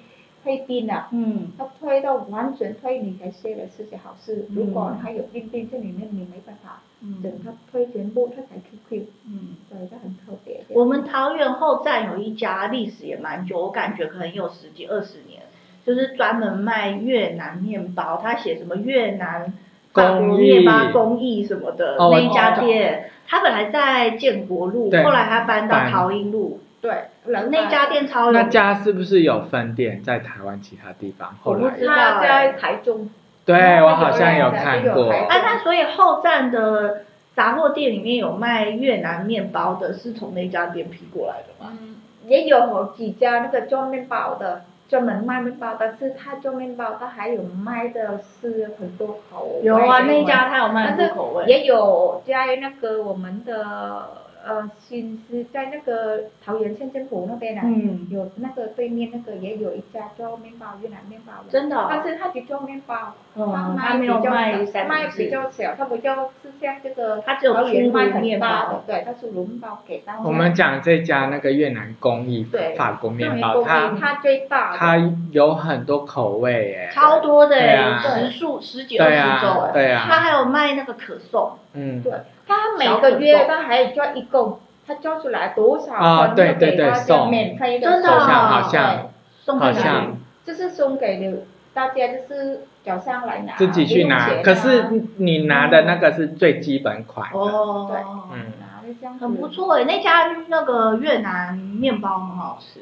[SPEAKER 2] 退冰啊，
[SPEAKER 1] 嗯，
[SPEAKER 2] 它退到完全退你才切了吃才好吃。如果它有冰冰在里面，你没办法，等
[SPEAKER 1] 嗯
[SPEAKER 2] 它退全部它才 QQ，
[SPEAKER 1] 嗯。
[SPEAKER 2] 对，它很特别。
[SPEAKER 1] 我们桃园后站有一家历史也蛮久，我感觉可能有十几二十年，就是专门卖越南面包，他写什么越南法国面包工艺什么的
[SPEAKER 3] 哦
[SPEAKER 1] 那
[SPEAKER 3] 我
[SPEAKER 1] 一家店，他本来在建国路，
[SPEAKER 3] 对
[SPEAKER 1] 后来他搬到
[SPEAKER 3] 搬
[SPEAKER 1] 桃荫路，
[SPEAKER 2] 对，然
[SPEAKER 1] 那家店超有
[SPEAKER 3] 那
[SPEAKER 1] 名
[SPEAKER 3] 家是不是有分店在台湾其他地方？后
[SPEAKER 1] 我不
[SPEAKER 3] 来
[SPEAKER 1] 知道
[SPEAKER 2] 它在台中，
[SPEAKER 3] 对
[SPEAKER 2] 有
[SPEAKER 3] 我好像有
[SPEAKER 2] 人在
[SPEAKER 3] 看
[SPEAKER 2] 有
[SPEAKER 3] 过，
[SPEAKER 2] 台
[SPEAKER 1] 啊，那所以后站的杂货店里面有卖越南面包的，是从那家店批过来的吗？
[SPEAKER 2] 嗯，也有好几家那个做面包的。专门卖面包，但是他做面包，他还有卖的是很多口味的。
[SPEAKER 1] 有啊，那家它有卖
[SPEAKER 2] 但
[SPEAKER 1] 很
[SPEAKER 2] 是
[SPEAKER 1] 多口味。
[SPEAKER 2] 也有在那个我们的呃新是在那个桃园县政府那边呢、
[SPEAKER 1] 嗯，
[SPEAKER 2] 有那个对面那个也有一家做面包越南面包的，
[SPEAKER 1] 真的哦、
[SPEAKER 2] 但是他只做面包，他
[SPEAKER 1] 嗯，它
[SPEAKER 2] 卖
[SPEAKER 1] 没
[SPEAKER 2] 比
[SPEAKER 1] 有
[SPEAKER 2] 较
[SPEAKER 1] 卖
[SPEAKER 2] 小，
[SPEAKER 1] 三
[SPEAKER 2] 卖
[SPEAKER 1] 明
[SPEAKER 2] 比
[SPEAKER 1] 治，
[SPEAKER 2] 较小，他不就是像这个
[SPEAKER 1] 它只有
[SPEAKER 2] 桃园
[SPEAKER 1] 出
[SPEAKER 2] 卖
[SPEAKER 1] 炉
[SPEAKER 2] 很
[SPEAKER 1] 面
[SPEAKER 2] 大
[SPEAKER 1] 包
[SPEAKER 2] 的，。对，他出炉面包给大家。
[SPEAKER 3] 我们讲这家那个越南工艺
[SPEAKER 2] 对
[SPEAKER 3] 法国面
[SPEAKER 2] 中
[SPEAKER 3] 包，
[SPEAKER 2] 原国
[SPEAKER 3] 它
[SPEAKER 2] 民它最大的，
[SPEAKER 3] 它有很多口味耶，
[SPEAKER 1] 超多的
[SPEAKER 3] 对啊
[SPEAKER 1] 十数十几二
[SPEAKER 3] 对
[SPEAKER 1] 十
[SPEAKER 3] 啊，
[SPEAKER 1] 种，
[SPEAKER 3] 对
[SPEAKER 1] 它
[SPEAKER 3] 啊，
[SPEAKER 1] 还有卖那个可颂，
[SPEAKER 3] 嗯，
[SPEAKER 2] 对，他每个
[SPEAKER 1] 小
[SPEAKER 2] 月
[SPEAKER 1] 粉粽
[SPEAKER 2] 他还做义工，他做出来多少
[SPEAKER 3] 啊
[SPEAKER 2] 份
[SPEAKER 3] 对
[SPEAKER 2] 就
[SPEAKER 3] 对
[SPEAKER 2] 给
[SPEAKER 3] 对
[SPEAKER 2] 大家
[SPEAKER 3] 送
[SPEAKER 2] 免费的
[SPEAKER 1] 真的
[SPEAKER 2] 送
[SPEAKER 1] 哦
[SPEAKER 3] 好像好
[SPEAKER 2] 对
[SPEAKER 3] 像
[SPEAKER 1] 送
[SPEAKER 3] 好
[SPEAKER 1] 进来
[SPEAKER 3] 像
[SPEAKER 2] 就是送给了大家，就是早上来拿，
[SPEAKER 3] 自己去
[SPEAKER 2] 不用
[SPEAKER 3] 拿，
[SPEAKER 2] 钱啊
[SPEAKER 3] 可是你拿的那个是最基本款的，
[SPEAKER 1] 哦，
[SPEAKER 3] 嗯，
[SPEAKER 2] 拿了这样子
[SPEAKER 1] 很不，错诶，哎那家那个越南面包很好吃。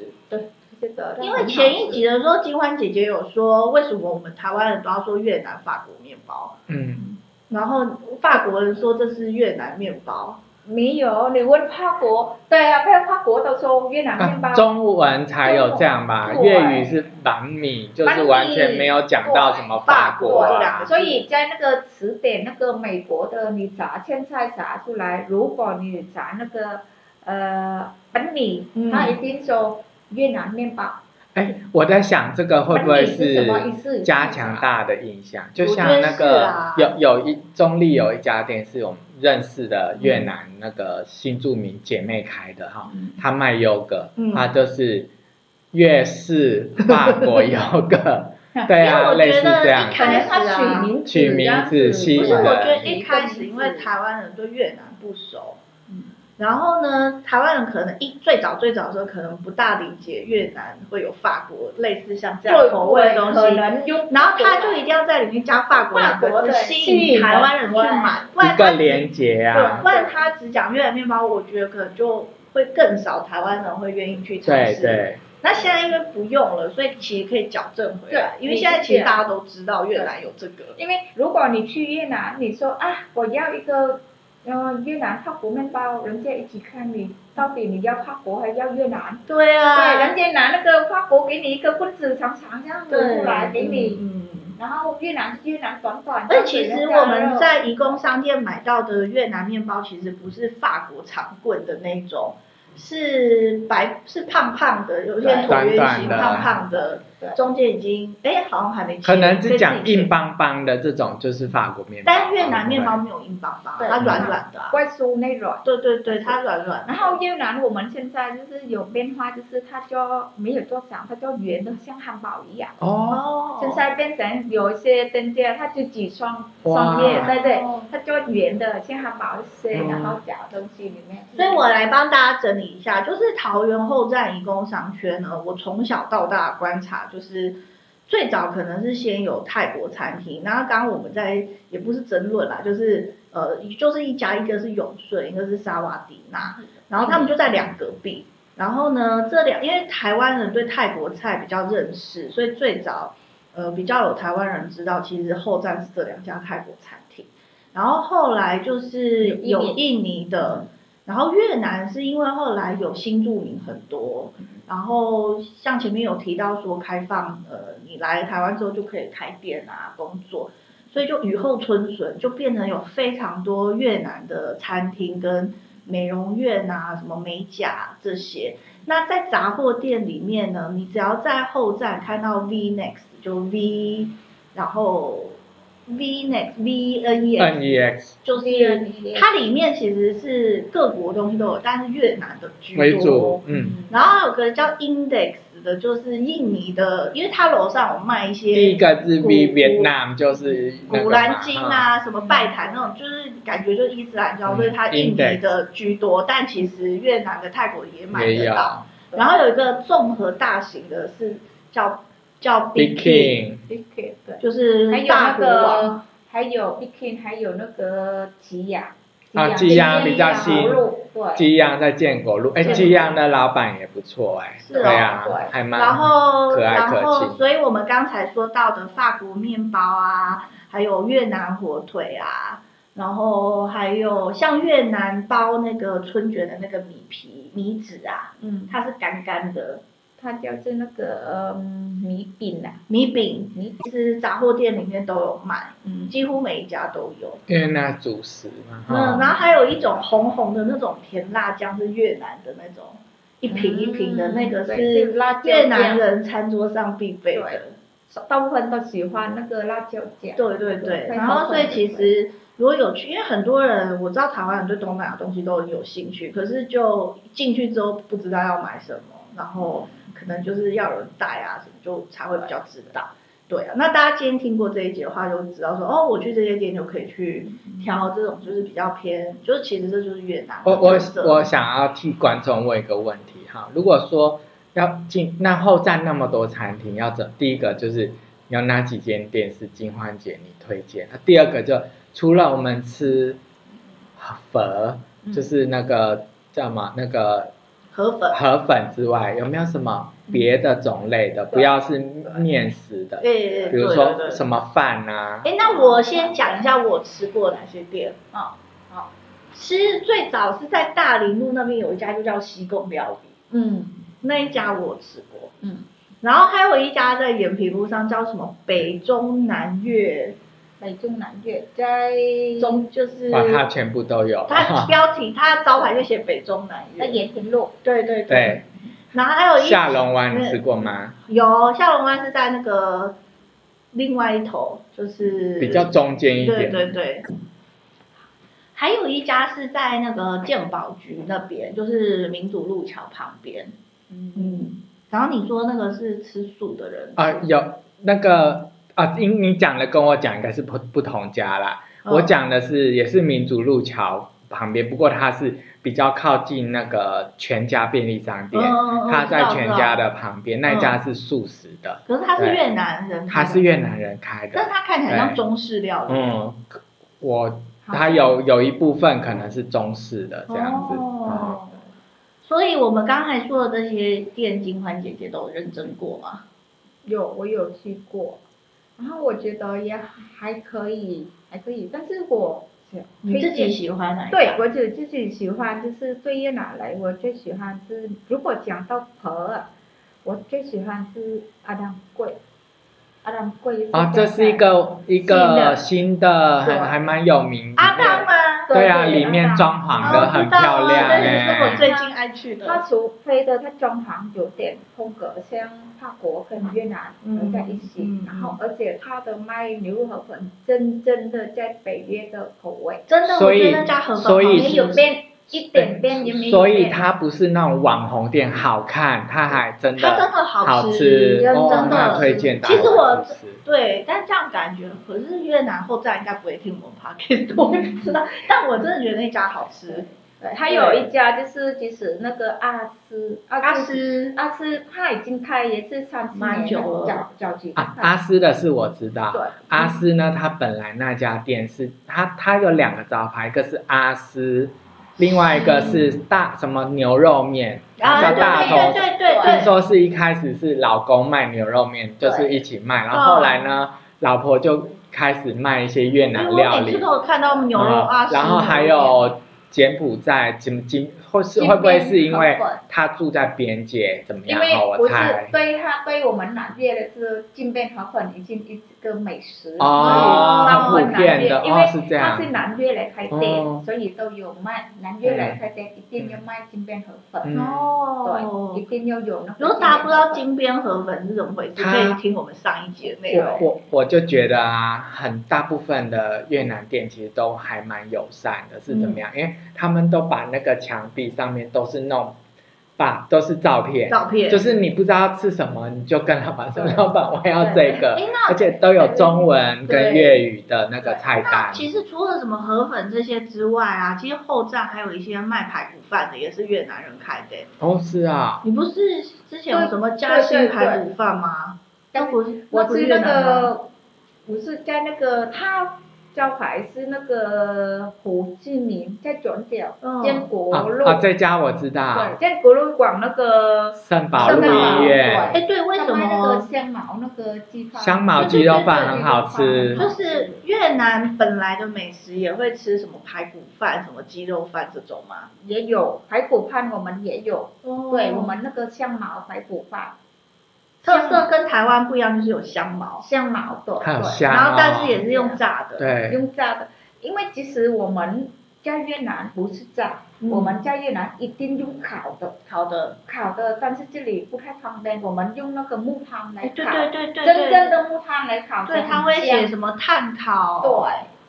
[SPEAKER 2] 这个
[SPEAKER 1] 因为前一集的时候，金欢姐姐有说，为什么我们台湾人都要说越南法国面包，
[SPEAKER 3] 嗯，
[SPEAKER 1] 然后法国人说这是越南面包，
[SPEAKER 2] 没有，你问法国，对啊，问法国都说越南面包，
[SPEAKER 3] 啊中文才有这样吧，
[SPEAKER 2] 对
[SPEAKER 3] 粤语是板米，就是完全没有讲到什么法国
[SPEAKER 1] 对
[SPEAKER 3] 啊，
[SPEAKER 1] 啦
[SPEAKER 2] 所以在那个词典，那个美国的你炸苋菜炸出来，如果你炸那个呃本米
[SPEAKER 1] 嗯，
[SPEAKER 2] 它一定说越南面包。
[SPEAKER 3] 哎，我在想这个会不会
[SPEAKER 2] 本米是什么意思
[SPEAKER 3] 加强大家的印象？就
[SPEAKER 1] 我觉
[SPEAKER 3] 像
[SPEAKER 1] 得
[SPEAKER 3] 那
[SPEAKER 1] 是
[SPEAKER 3] 个
[SPEAKER 1] 啊
[SPEAKER 3] 有有一中立有一家店是我们认识的越南那个新著名姐妹开的哈，她卖优格
[SPEAKER 1] 嗯，
[SPEAKER 3] 她就是越式法国优 格，
[SPEAKER 1] 因
[SPEAKER 3] 对
[SPEAKER 1] 为
[SPEAKER 3] 啊，
[SPEAKER 1] 我
[SPEAKER 3] 类
[SPEAKER 1] 觉
[SPEAKER 3] 似
[SPEAKER 1] 得
[SPEAKER 3] 这
[SPEAKER 1] 一。
[SPEAKER 3] 样
[SPEAKER 2] 可
[SPEAKER 1] 开
[SPEAKER 2] 能
[SPEAKER 1] 始
[SPEAKER 2] 他
[SPEAKER 1] 啊
[SPEAKER 2] 取，名字，
[SPEAKER 3] 取名字吸
[SPEAKER 1] 不
[SPEAKER 3] 引
[SPEAKER 1] 是，
[SPEAKER 3] 人
[SPEAKER 1] 我觉得一开始因为台湾人对越南不熟，
[SPEAKER 2] 嗯
[SPEAKER 1] 然后呢，台湾人可能一最早最早的时候可能不大理解越南会有法国类似像这样口味的东
[SPEAKER 2] 可
[SPEAKER 1] 西，
[SPEAKER 2] 能用，
[SPEAKER 1] 然后他就一定要在里面加法国两
[SPEAKER 2] 法
[SPEAKER 1] 个
[SPEAKER 2] 国
[SPEAKER 1] 字，
[SPEAKER 2] 对
[SPEAKER 1] 吸引台湾人去买，不然
[SPEAKER 3] 一
[SPEAKER 1] 他
[SPEAKER 3] 个连结
[SPEAKER 1] 对，
[SPEAKER 3] 啊，
[SPEAKER 1] 不然他只讲越南面包，我觉得可能就会更少台湾人会愿意去尝
[SPEAKER 3] 对
[SPEAKER 1] 试。
[SPEAKER 3] 对，
[SPEAKER 1] 那现在因为不用了，所以其实可以矫正回来，
[SPEAKER 2] 对
[SPEAKER 1] 因为现在其实大家都知道越南有这个。
[SPEAKER 2] 因为如果你去越南，你说啊，我要一个呃越南法国面包，人家一起看你到底你要法国还是要越南。
[SPEAKER 1] 对
[SPEAKER 2] 对，
[SPEAKER 1] 啊，
[SPEAKER 2] 人家拿那个法国给你一个棍子长长这样子出来给你，
[SPEAKER 1] 嗯。嗯
[SPEAKER 2] 然后越南越南短短。
[SPEAKER 1] 而其实我们在移工商店买到的越南面包，其实不是法国长棍的那种，是白是胖胖的，有些
[SPEAKER 2] 对
[SPEAKER 1] 椭圆
[SPEAKER 3] 短
[SPEAKER 1] 形
[SPEAKER 3] 短的
[SPEAKER 1] 胖胖的
[SPEAKER 2] 对，
[SPEAKER 1] 中间已经哎好像还没切，
[SPEAKER 3] 可能
[SPEAKER 1] 被
[SPEAKER 3] 是
[SPEAKER 1] 自己
[SPEAKER 3] 讲
[SPEAKER 1] 切
[SPEAKER 3] 硬邦邦的这种，就是法国面包。嗯
[SPEAKER 1] 但越南面包没有硬邦邦，
[SPEAKER 2] 对
[SPEAKER 1] 它软软的啊、
[SPEAKER 2] 外酥内软。
[SPEAKER 1] 对对对，它软软的。
[SPEAKER 2] 然后越南我们现在就是有变化，就是它就没有做长，它就圆的像汉堡一样。
[SPEAKER 3] 哦，
[SPEAKER 1] 哦，
[SPEAKER 2] 现在变成有一些店家，它就几双
[SPEAKER 3] 哇
[SPEAKER 2] 双叶，对对
[SPEAKER 1] 哦，
[SPEAKER 2] 它就圆的，像汉堡切，
[SPEAKER 3] 嗯
[SPEAKER 2] 然后夹东西里面。
[SPEAKER 1] 所以我来帮大家整理一下，就是桃园后站一共商圈呢，我从小到大的观察就是。最早可能是先有泰国餐厅，然后刚刚我们在也不是争论啦，就是呃，就是一家，一个是永顺，一个是沙瓦迪纳，然后他们就在两隔壁。然后呢，这两因为台湾人对泰国菜比较认识，所以最早呃比较有台湾人知道，其实后站是这两家泰国餐厅。然后后来就是
[SPEAKER 2] 有
[SPEAKER 1] 有印尼的，然后越南是因为后来有新住民很多，然后像前面有提到说开放，呃，你来台湾之后就可以开店啊，工作，所以就雨后春笋，就变成有非常多越南的餐厅跟美容院啊，什么美甲这些。那在杂货店里面呢，你只要在后站看到 V Next，就 V，然后 V Next V N E X，
[SPEAKER 3] N E X
[SPEAKER 1] 就是它里面其实是各国东西都有，但是越南的居多。
[SPEAKER 3] 为主，嗯，
[SPEAKER 1] 然后有个叫 Index 的，就是印尼的，因为它楼上有卖一些
[SPEAKER 3] 第一个是
[SPEAKER 1] 古
[SPEAKER 3] V Vietnam，就是那个嘛
[SPEAKER 1] 古兰经，
[SPEAKER 3] 哈嗯
[SPEAKER 1] 啊、什么拜坛那种，就是感觉就是伊斯兰教，所以它印尼的居多，但其实越南的、泰国也买
[SPEAKER 3] 也
[SPEAKER 1] 得
[SPEAKER 3] 有
[SPEAKER 1] 到。然后有一个综合大型的是叫叫
[SPEAKER 3] Big
[SPEAKER 1] King，
[SPEAKER 3] King，
[SPEAKER 2] b i k i n 对，
[SPEAKER 1] 就是
[SPEAKER 2] 还有
[SPEAKER 1] 大
[SPEAKER 2] 那
[SPEAKER 1] 国王。
[SPEAKER 2] 个，还有 b i k i n 还有那个奇亚。
[SPEAKER 3] 啊
[SPEAKER 2] 吉
[SPEAKER 3] 吉
[SPEAKER 2] 亚
[SPEAKER 3] 亚比较新
[SPEAKER 2] 好入对，
[SPEAKER 3] 基央在建国路，哎，
[SPEAKER 1] 建国
[SPEAKER 3] 基央的老板也不错，哎，
[SPEAKER 1] 是哦
[SPEAKER 3] 对啊
[SPEAKER 2] 对，
[SPEAKER 3] 还蛮，
[SPEAKER 1] 然后，
[SPEAKER 3] 可爱可
[SPEAKER 1] 然后，
[SPEAKER 3] 亲
[SPEAKER 1] 所以我们刚才说到的法国面包啊，还有越南火腿啊，然后还有像越南包那个春卷的那个米皮米纸啊，
[SPEAKER 2] 嗯，
[SPEAKER 1] 它是干干的
[SPEAKER 2] 它就是那个嗯米饼啊，
[SPEAKER 1] 米饼，
[SPEAKER 2] 米饼
[SPEAKER 1] 其实杂货店里面都有卖，
[SPEAKER 2] 嗯，
[SPEAKER 1] 几乎每一家都有。
[SPEAKER 3] 因为那主食嘛，
[SPEAKER 1] 嗯，
[SPEAKER 3] 哈，
[SPEAKER 1] 然后还有一种红红的那种甜辣酱是越南的那种，一瓶一瓶的那个
[SPEAKER 2] 嗯对
[SPEAKER 1] 是
[SPEAKER 2] 是辣椒
[SPEAKER 1] 越南
[SPEAKER 2] 酱
[SPEAKER 1] 人餐桌上必备的
[SPEAKER 2] 对。大部分都喜欢那个辣椒酱。
[SPEAKER 1] 对对对，
[SPEAKER 2] 对
[SPEAKER 1] 然后所以
[SPEAKER 2] 对
[SPEAKER 1] 其实如果有去，因为很多人我知道台湾人对东南亚东西都很有兴趣，可是就进去之后不知道要买什么，然后可能就是要有人带啊什么，就才会比较知道。对啊，那大家今天听过这一集的话，就知道说哦，我去这些店就可以去挑这种就是比较偏，就是其实这就是越南的
[SPEAKER 3] 我哦我
[SPEAKER 1] 特色。
[SPEAKER 3] 我想要替观众问一个问题哈，如果说要进那后站那么多餐厅，要怎第一个就是有哪几间店是金欢姐你推荐？那第二个就除了我们吃粉，
[SPEAKER 1] 嗯
[SPEAKER 3] 就是那个叫什么那个
[SPEAKER 1] 河粉，
[SPEAKER 3] 河粉之外，有没有什么别的种类的？不要是面食的，
[SPEAKER 1] 诶，
[SPEAKER 3] 比
[SPEAKER 1] 哎
[SPEAKER 3] 如
[SPEAKER 1] 对对
[SPEAKER 3] 说
[SPEAKER 1] 对
[SPEAKER 3] 什么饭啊？
[SPEAKER 1] 哎，那我先讲一下我吃过哪些店。
[SPEAKER 2] 哦，好，
[SPEAKER 1] 吃最早是在大林路那边有一家就叫西贡料理，
[SPEAKER 2] 嗯
[SPEAKER 1] 那一家我吃过。
[SPEAKER 2] 嗯，
[SPEAKER 1] 然后还有一家在延平路上叫什么北中南粤
[SPEAKER 2] 北中南粤在
[SPEAKER 1] 中，就是
[SPEAKER 3] 哇，它全部都有。
[SPEAKER 1] 它标题它招牌就写北中南
[SPEAKER 2] 在
[SPEAKER 1] 粤，
[SPEAKER 2] 延平路，
[SPEAKER 1] 对对
[SPEAKER 3] 对，
[SPEAKER 1] 然后还有一
[SPEAKER 3] 下龙湾你吃过吗？
[SPEAKER 1] 有下龙湾是在那个另外一头，就是
[SPEAKER 3] 比较中间一
[SPEAKER 1] 对
[SPEAKER 3] 点。
[SPEAKER 1] 对对。还有一家是在那个鉴宝局那边，就是民主路桥旁边。
[SPEAKER 2] 嗯，
[SPEAKER 1] 嗯，然后你说那个是吃素的人嗯
[SPEAKER 3] 啊，有那个啊，因你讲的跟我讲的是不不同家啦。
[SPEAKER 1] 嗯
[SPEAKER 3] 我讲的是也是民族路桥旁边，不过它是比较靠近那个全家便利商店，
[SPEAKER 1] 嗯嗯嗯
[SPEAKER 3] 它在全家
[SPEAKER 1] 知道
[SPEAKER 3] 的旁边，那一家是素食的，
[SPEAKER 1] 可是他是越南人，
[SPEAKER 3] 它是，越南人开
[SPEAKER 1] 但
[SPEAKER 3] 的
[SPEAKER 1] 是。他看起来像中式料理。
[SPEAKER 3] 嗯，我
[SPEAKER 2] 好
[SPEAKER 3] 它有有一部分可能是中式的这样子。嗯
[SPEAKER 1] 哦，所以我们刚才说的这些店，金环姐姐都有认真过嘛？
[SPEAKER 2] 有我有去过，然后我觉得也还可以，还可以，但是我
[SPEAKER 1] 你自己喜欢哪一家？
[SPEAKER 2] 对我就自己喜欢，就是对越南来，我最喜欢是如果讲到婆，我最喜欢是阿当贵，阿当贵
[SPEAKER 3] 啊，这是一个一
[SPEAKER 2] 新
[SPEAKER 3] 个
[SPEAKER 2] 的
[SPEAKER 3] 新的，还
[SPEAKER 2] 对
[SPEAKER 3] 还蛮有名的。
[SPEAKER 1] 啊阿当吗？
[SPEAKER 2] 对
[SPEAKER 3] 对啊，
[SPEAKER 2] 对
[SPEAKER 3] 里面
[SPEAKER 2] 啊
[SPEAKER 3] 装潢
[SPEAKER 1] 哦
[SPEAKER 3] 的
[SPEAKER 1] 我
[SPEAKER 3] 很
[SPEAKER 1] 知道
[SPEAKER 3] 漂
[SPEAKER 1] 啊
[SPEAKER 3] 亮
[SPEAKER 1] 但
[SPEAKER 3] 哎、
[SPEAKER 1] 是是我最近爱去
[SPEAKER 2] 它
[SPEAKER 1] 的。
[SPEAKER 2] 除非的它装潢有点风格像法国跟越南合在一起，
[SPEAKER 1] 嗯嗯嗯
[SPEAKER 2] 然后而且它的卖牛河粉真正的在北约的口味，
[SPEAKER 1] 真的，我
[SPEAKER 3] 所以
[SPEAKER 1] 觉得那家河粉
[SPEAKER 3] 所以
[SPEAKER 1] 好
[SPEAKER 2] 没
[SPEAKER 1] 吃
[SPEAKER 2] 有变一点变也没有变。
[SPEAKER 3] 所以它不是那种网红店好看，它还真的
[SPEAKER 1] 它真的好
[SPEAKER 3] 好
[SPEAKER 1] 吃
[SPEAKER 3] 吃，
[SPEAKER 2] 真
[SPEAKER 3] 哦
[SPEAKER 2] 的
[SPEAKER 3] 那推荐大家
[SPEAKER 1] 其实我
[SPEAKER 3] 去吃
[SPEAKER 1] 对，但这样感觉，可是越南后站应该不会听我们 podcast，我不知道。但我真的觉得那家好吃，
[SPEAKER 2] 对，呃还有一家就是即使那个阿斯
[SPEAKER 1] 阿
[SPEAKER 2] 阿斯
[SPEAKER 1] 斯
[SPEAKER 2] 阿斯，它已经开也是三十
[SPEAKER 1] 蛮
[SPEAKER 2] 年
[SPEAKER 1] 久了
[SPEAKER 2] 早早期的
[SPEAKER 3] 啊，阿斯的是我知道，
[SPEAKER 2] 对
[SPEAKER 3] 阿斯呢，它本来那家店是它它有两个招牌，一个是阿斯，另外一个是大什么牛肉面，
[SPEAKER 1] 嗯啊
[SPEAKER 3] 叫
[SPEAKER 1] 对
[SPEAKER 3] 大
[SPEAKER 1] 对
[SPEAKER 3] 头
[SPEAKER 1] 对对对
[SPEAKER 3] 听说是一开始是老公卖牛肉面，就是一起卖，然后后来呢，老婆就开始卖一些越南
[SPEAKER 1] 因为
[SPEAKER 3] 料
[SPEAKER 1] 我每
[SPEAKER 3] 理
[SPEAKER 1] 次，都有看到牛肉啊
[SPEAKER 3] 嗯
[SPEAKER 1] 阿斯牛肉面，
[SPEAKER 3] 然后还有柬埔寨，柬柬或是
[SPEAKER 2] 金
[SPEAKER 3] 会不会
[SPEAKER 2] 边
[SPEAKER 3] 是因为
[SPEAKER 2] 河粉
[SPEAKER 3] 他住在边界怎么
[SPEAKER 2] 因
[SPEAKER 3] 样？
[SPEAKER 2] 为
[SPEAKER 3] 好我
[SPEAKER 2] 不是
[SPEAKER 3] 猜。
[SPEAKER 2] 对它对我们南越的是金边河粉已经一个美食，
[SPEAKER 3] 哦
[SPEAKER 2] 所以让我
[SPEAKER 3] 很
[SPEAKER 2] 们
[SPEAKER 3] 普
[SPEAKER 2] 南越，
[SPEAKER 3] 遍的
[SPEAKER 2] 因
[SPEAKER 3] 哦
[SPEAKER 2] 为
[SPEAKER 3] 是这样
[SPEAKER 2] 它是南越来开店，
[SPEAKER 3] 哦
[SPEAKER 2] 所以都有卖。南越来开店一定要卖金边河粉，
[SPEAKER 3] 嗯
[SPEAKER 1] 哦
[SPEAKER 2] 对，一。定要有那个金边河粉。
[SPEAKER 1] 如果大家不知道金边河粉是怎么回事，
[SPEAKER 3] 它
[SPEAKER 1] 可以听我们上一集的内
[SPEAKER 3] 我
[SPEAKER 1] 容。
[SPEAKER 3] 我我就觉得啊，很大部分的越南店其实都还蛮友善的，是怎么样？因为他们都把那个墙壁上面都是弄，把都是照片，
[SPEAKER 1] 照片
[SPEAKER 3] 就是你不知道吃什么，你就跟老板说，
[SPEAKER 2] 对
[SPEAKER 3] 老板我要这个
[SPEAKER 1] 对诶，那
[SPEAKER 3] 而且都有中文
[SPEAKER 1] 对
[SPEAKER 3] 跟粤语的那个菜
[SPEAKER 1] 那
[SPEAKER 3] 单。
[SPEAKER 1] 其实除了什么河粉这些之外啊，其实后站还有一些卖排骨饭的，也是越南人开的。
[SPEAKER 3] 哦，是啊，
[SPEAKER 1] 你不是之前有什么嘉兴排骨饭吗？
[SPEAKER 2] 对
[SPEAKER 1] 那不是，
[SPEAKER 2] 我
[SPEAKER 1] 不是
[SPEAKER 2] 是
[SPEAKER 1] 越
[SPEAKER 2] 那
[SPEAKER 1] 南啊吗
[SPEAKER 2] 个，不是在那个他招牌是那个胡志明在转角
[SPEAKER 1] 嗯
[SPEAKER 2] 建国
[SPEAKER 3] 啊
[SPEAKER 2] 路，
[SPEAKER 3] 啊，这家我知道
[SPEAKER 2] 对，，建国路往那个
[SPEAKER 3] 圣保
[SPEAKER 2] 圣
[SPEAKER 3] 路
[SPEAKER 2] 保
[SPEAKER 3] 医院
[SPEAKER 1] 哎，对，为什
[SPEAKER 2] 他卖那个
[SPEAKER 1] 么？
[SPEAKER 2] 香茅那个鸡饭？
[SPEAKER 3] 香茅鸡肉饭很好吃，
[SPEAKER 1] 就是越南本来的美食也会吃什么排骨饭、什么鸡肉饭这种吗？
[SPEAKER 2] 也有排骨饭，我们也有，
[SPEAKER 1] 哦
[SPEAKER 2] 对我们那个香茅排骨饭，
[SPEAKER 1] 特色跟台湾不一样，就是有香茅，
[SPEAKER 2] 香茅对
[SPEAKER 3] 还有
[SPEAKER 2] 对，
[SPEAKER 3] 香
[SPEAKER 1] 然后但
[SPEAKER 3] 哦
[SPEAKER 1] 是也是用炸的。，
[SPEAKER 3] 对，
[SPEAKER 2] 用炸的，因为其实我们在越南不是炸，
[SPEAKER 1] 嗯
[SPEAKER 2] 我们在越南一定用烤的，
[SPEAKER 1] 好的。
[SPEAKER 2] 烤的，但是这里不太方便，我们用那个木炭来
[SPEAKER 1] 哎，
[SPEAKER 2] 烤，
[SPEAKER 1] 对对对对
[SPEAKER 2] 真正
[SPEAKER 1] 对，
[SPEAKER 2] 的木炭来烤，
[SPEAKER 1] 对，他会写什么炭烤、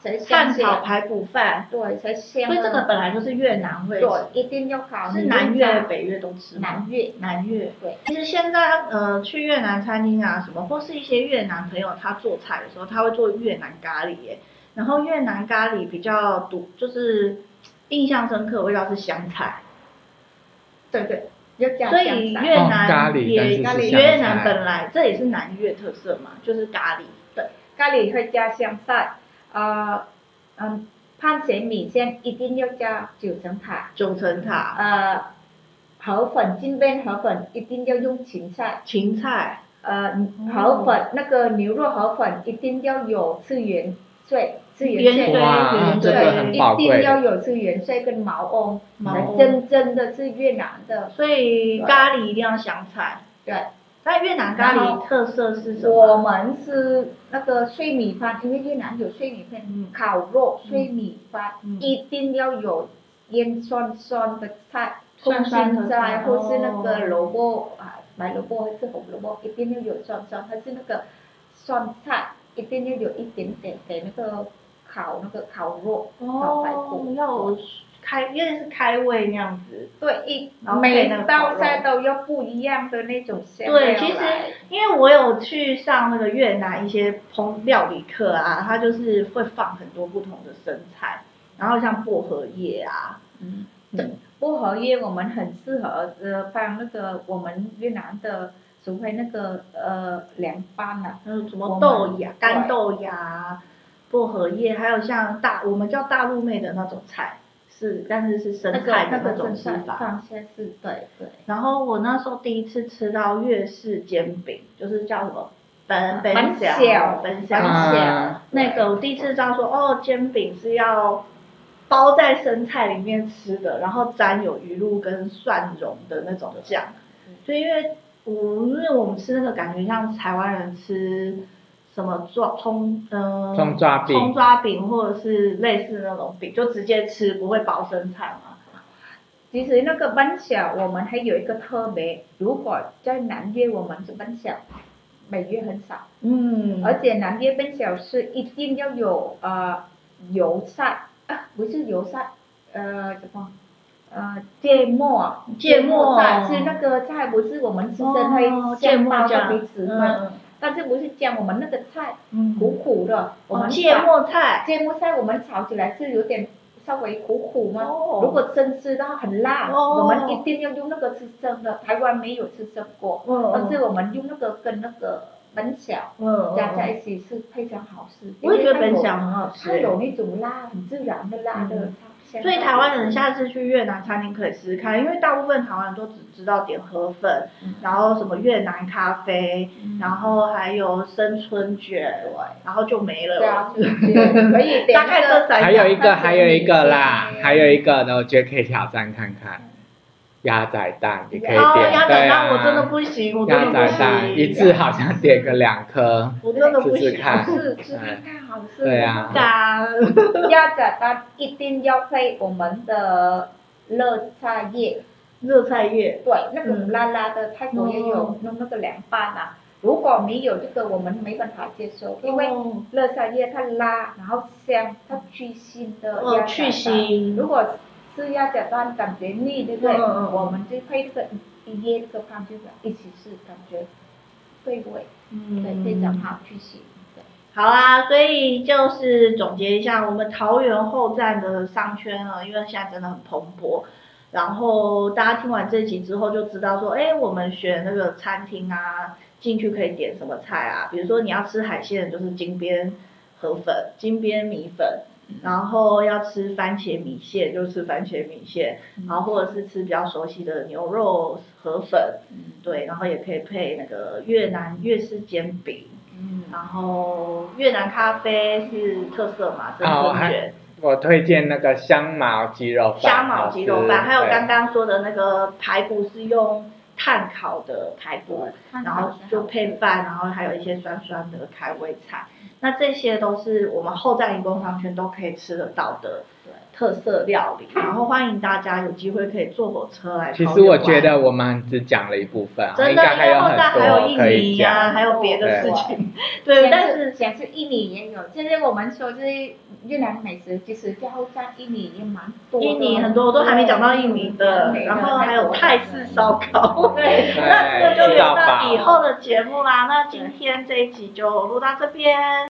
[SPEAKER 2] 对，才香
[SPEAKER 1] 炭
[SPEAKER 2] 些
[SPEAKER 1] 烤排骨饭，
[SPEAKER 2] 对，才香
[SPEAKER 1] 所
[SPEAKER 2] 的，
[SPEAKER 1] 以这个本来就是越南会吃，
[SPEAKER 2] 对，一定要烤，
[SPEAKER 1] 是
[SPEAKER 2] 你
[SPEAKER 1] 南
[SPEAKER 2] 用
[SPEAKER 1] 越、
[SPEAKER 2] 炸
[SPEAKER 1] 北越都吃吗？
[SPEAKER 2] 南越。
[SPEAKER 1] 南越。
[SPEAKER 2] 对，
[SPEAKER 1] 其实现在呃去越南餐厅啊什么，或是一些越南朋友他做菜的时候，他会做越南咖喱耶。然后越南咖喱比较独，就是印象深刻的味道是香菜，
[SPEAKER 2] 对对，要加
[SPEAKER 1] 所
[SPEAKER 2] 香
[SPEAKER 1] 以
[SPEAKER 2] 菜
[SPEAKER 1] 越南
[SPEAKER 3] 哦咖喱
[SPEAKER 1] 也、
[SPEAKER 3] 但是是香菜
[SPEAKER 1] 越南本来这也是南越特色嘛，就是咖喱。
[SPEAKER 2] 对，咖喱会加香菜，呃，嗯，番茄米线一定要加九层塔，
[SPEAKER 1] 九层塔、
[SPEAKER 2] 呃，河粉金边河粉一定要用芹菜，
[SPEAKER 1] 芹菜，
[SPEAKER 2] 呃，河粉、那个牛肉河粉一定要有资源税，资源
[SPEAKER 1] 原
[SPEAKER 2] 税。
[SPEAKER 1] 对
[SPEAKER 3] 哇
[SPEAKER 1] 对，
[SPEAKER 3] 这个很宝
[SPEAKER 2] 一定
[SPEAKER 3] 贵的
[SPEAKER 2] 要。有资源税跟毛翁，
[SPEAKER 1] 毛
[SPEAKER 2] 才
[SPEAKER 3] 嗯
[SPEAKER 1] 翁
[SPEAKER 2] 真正的是越南的，
[SPEAKER 1] 所以咖喱一定要香菜。
[SPEAKER 2] 对。
[SPEAKER 1] 那越南咖
[SPEAKER 2] 然
[SPEAKER 1] 喱
[SPEAKER 2] 后
[SPEAKER 1] 特色是什
[SPEAKER 2] 我
[SPEAKER 1] 么？
[SPEAKER 2] 们是那个碎米饭，因为越南有碎米饭，
[SPEAKER 1] 嗯
[SPEAKER 2] 烤肉碎米饭、
[SPEAKER 1] 嗯
[SPEAKER 2] 一定要有腌酸酸的菜，
[SPEAKER 1] 酸酸的
[SPEAKER 2] 空心
[SPEAKER 1] 菜
[SPEAKER 2] 菜或是那
[SPEAKER 1] 哦
[SPEAKER 2] 个萝卜啊，白萝卜还是红萝卜，一定要有酸酸，还是那个酸菜，一定要有一点点给那个烤那个烤肉烤排
[SPEAKER 1] 哦
[SPEAKER 2] 骨，，
[SPEAKER 1] 要有开，因为是开胃那样子。
[SPEAKER 2] 对一
[SPEAKER 1] 然后配
[SPEAKER 2] 每
[SPEAKER 1] 那个烤
[SPEAKER 2] 道
[SPEAKER 1] 肉
[SPEAKER 2] 菜都要不一样的那种香料
[SPEAKER 1] 对，其实
[SPEAKER 2] 来
[SPEAKER 1] 因为我有去上那个越南一些烹料理课啊，它就是会放很多不同的生菜，然后像薄荷叶啊，
[SPEAKER 2] 嗯
[SPEAKER 1] 嗯，
[SPEAKER 2] 薄荷叶我们很适合呃放那个我们越南的所谓那个呃凉拌啊，
[SPEAKER 1] 还嗯有什么
[SPEAKER 2] 我们
[SPEAKER 1] 豆芽、干
[SPEAKER 2] 对
[SPEAKER 1] 豆芽、啊薄荷叶，还有像大我们叫大陆妹的那种菜，是但是是生
[SPEAKER 2] 那个
[SPEAKER 1] 菜的
[SPEAKER 2] 那
[SPEAKER 1] 那
[SPEAKER 2] 个
[SPEAKER 1] 种
[SPEAKER 2] 正
[SPEAKER 1] 吃
[SPEAKER 2] 上
[SPEAKER 1] 法。
[SPEAKER 2] 上下是对对，
[SPEAKER 1] 然后我那时候第一次吃到粤式煎饼，就是叫什么本
[SPEAKER 2] 本
[SPEAKER 1] 本小
[SPEAKER 2] 小
[SPEAKER 1] 本小啊
[SPEAKER 2] 本
[SPEAKER 3] 小
[SPEAKER 1] 那个我第一次知道说哦，煎饼是要包在生菜里面吃的，然后沾有鱼露跟蒜蓉的那种酱
[SPEAKER 2] 嗯，
[SPEAKER 1] 所以因为我因为我们吃那个感觉像台湾人吃什么抓葱，呃，
[SPEAKER 3] 葱抓饼
[SPEAKER 1] 葱抓饼或者是类似那种饼，就直接吃，不会包生菜嘛。
[SPEAKER 2] 其实那个分享，我们还有一个特别，如果在南越，我们是分享，北越很少，
[SPEAKER 1] 嗯
[SPEAKER 2] 而且南越分享是一定要有呃油菜，啊不是油菜，呃什么？呃，芥末，
[SPEAKER 1] 芥末
[SPEAKER 2] 菜是那个菜，不是我们吃生
[SPEAKER 1] 哦
[SPEAKER 2] 会
[SPEAKER 1] 芥
[SPEAKER 2] 酱
[SPEAKER 1] 末
[SPEAKER 2] 包
[SPEAKER 1] 酱
[SPEAKER 2] 的鼻子吗？
[SPEAKER 1] 嗯
[SPEAKER 2] 但是不是酱，我们那个菜
[SPEAKER 1] 嗯
[SPEAKER 2] 苦苦的，我
[SPEAKER 1] 哦
[SPEAKER 2] 们
[SPEAKER 1] 芥
[SPEAKER 2] 炒
[SPEAKER 1] 末菜，
[SPEAKER 2] 芥末菜我们炒起来是有点稍微苦苦嘛，
[SPEAKER 1] 哦
[SPEAKER 2] 如果生吃到很辣，
[SPEAKER 1] 哦
[SPEAKER 2] 我们一定要用那个吃生的，台湾没有吃生过，
[SPEAKER 1] 嗯
[SPEAKER 2] 但是我们用那个跟那个本小
[SPEAKER 1] 嗯
[SPEAKER 2] 加在一起是非常好吃。
[SPEAKER 1] 我也觉得本
[SPEAKER 2] 因为
[SPEAKER 1] 想很好吃欸
[SPEAKER 2] 它有它。有那种辣，很自然的辣的
[SPEAKER 1] 嗯。
[SPEAKER 2] 香
[SPEAKER 1] 所以台湾人下次去越南餐厅可以试试看，因为大部分台湾人都只知道点河粉，
[SPEAKER 2] 嗯
[SPEAKER 1] 然后什么越南咖啡，
[SPEAKER 2] 嗯
[SPEAKER 1] 然后还有生春卷，然后就没
[SPEAKER 2] 对
[SPEAKER 1] 了
[SPEAKER 2] 啊。，就是可以点
[SPEAKER 1] 大
[SPEAKER 2] 那
[SPEAKER 1] 概
[SPEAKER 2] 个
[SPEAKER 1] 这三
[SPEAKER 3] 还有一
[SPEAKER 1] 样。
[SPEAKER 3] 个，还有一个啦
[SPEAKER 2] 对，
[SPEAKER 3] 还有一个呢，我觉得可以挑战看看，鸭仔蛋也可以点，
[SPEAKER 1] 哦，鸭
[SPEAKER 3] 对
[SPEAKER 1] 仔
[SPEAKER 3] 啊
[SPEAKER 1] 蛋，我真的不行，我
[SPEAKER 3] 鸭
[SPEAKER 1] 真的
[SPEAKER 3] 仔
[SPEAKER 1] 不
[SPEAKER 3] 蛋
[SPEAKER 1] 行，
[SPEAKER 3] 一次好像点个两颗，
[SPEAKER 1] 我真的不
[SPEAKER 3] 试试
[SPEAKER 1] 行。
[SPEAKER 3] 看，
[SPEAKER 2] 是吃看看好吃。
[SPEAKER 3] 对啊
[SPEAKER 1] 干，
[SPEAKER 2] 鸭仔蛋一定要配我们的热茶叶，
[SPEAKER 1] 热菜叶，
[SPEAKER 2] 对，那种辣辣的泰国也有弄那个凉拌啊。如果没有这个，我们没办法接受，因为
[SPEAKER 1] 哦
[SPEAKER 2] 热茶叶它辣，然后香，它去腥的
[SPEAKER 1] 哦
[SPEAKER 2] 鸭仔
[SPEAKER 1] 去
[SPEAKER 2] 蛋
[SPEAKER 1] 腥
[SPEAKER 2] 如果吃鸭仔蛋感觉腻，对不对？
[SPEAKER 1] 嗯嗯嗯
[SPEAKER 2] 我们就配这个一叶这个汤就是一起吃，感觉对味，
[SPEAKER 1] 嗯
[SPEAKER 2] 对，非常好去腥。对
[SPEAKER 1] 好啦，所以就是总结一下，我们桃园后站的商圈哦呢，因为现在真的很蓬勃。然后大家听完这集之后就知道说，哎，我们选那个餐厅啊，进去可以点什么菜啊？比如说你要吃海鲜，就是金边河粉、金边米粉，然后要吃番茄米线就吃番茄米线，嗯然后或者是吃比较熟悉的牛肉河粉，
[SPEAKER 2] 嗯
[SPEAKER 1] 对，然后也可以配那个越南越式煎饼，
[SPEAKER 2] 嗯
[SPEAKER 1] 然后越南咖啡是特色嘛，生
[SPEAKER 3] 啊，我
[SPEAKER 1] 春
[SPEAKER 3] 还
[SPEAKER 1] 卷、
[SPEAKER 3] 我推荐那个香茅鸡肉饭，
[SPEAKER 1] 香茅鸡肉
[SPEAKER 3] 好
[SPEAKER 1] 饭，
[SPEAKER 3] 吃
[SPEAKER 1] 还有刚。
[SPEAKER 3] 对
[SPEAKER 1] 刚说的那个排骨是用炭烤的排骨，
[SPEAKER 2] 对
[SPEAKER 1] 然后就配饭，然后还有一些酸酸的开胃菜。那这些都是我们后站一工商圈都可以吃得到的
[SPEAKER 2] 对
[SPEAKER 1] 特色料理，然后欢迎大家有机会可以坐火车来。
[SPEAKER 3] 其实我觉。得我们只讲了一部分啊，
[SPEAKER 1] 真
[SPEAKER 3] 应
[SPEAKER 1] 的，
[SPEAKER 3] 该
[SPEAKER 1] 因
[SPEAKER 3] 还
[SPEAKER 1] 为
[SPEAKER 3] 有
[SPEAKER 1] 后站还有
[SPEAKER 3] 很多可
[SPEAKER 1] 印
[SPEAKER 3] 以
[SPEAKER 1] 尼啊，
[SPEAKER 3] 讲。
[SPEAKER 1] 还有别的事
[SPEAKER 3] 对
[SPEAKER 1] 情，对，但是
[SPEAKER 2] 像是印尼也有，就是我们说就是越南美食，其实在后山印尼也蛮多的。
[SPEAKER 1] 印尼很多我都还没讲到印尼的，然后还有泰式烧烤。
[SPEAKER 2] 对
[SPEAKER 1] 那这个就
[SPEAKER 3] 吃
[SPEAKER 1] 留
[SPEAKER 3] 到
[SPEAKER 1] 到
[SPEAKER 3] 饱
[SPEAKER 1] 以后的节目啦。那今天这一集就录到这边，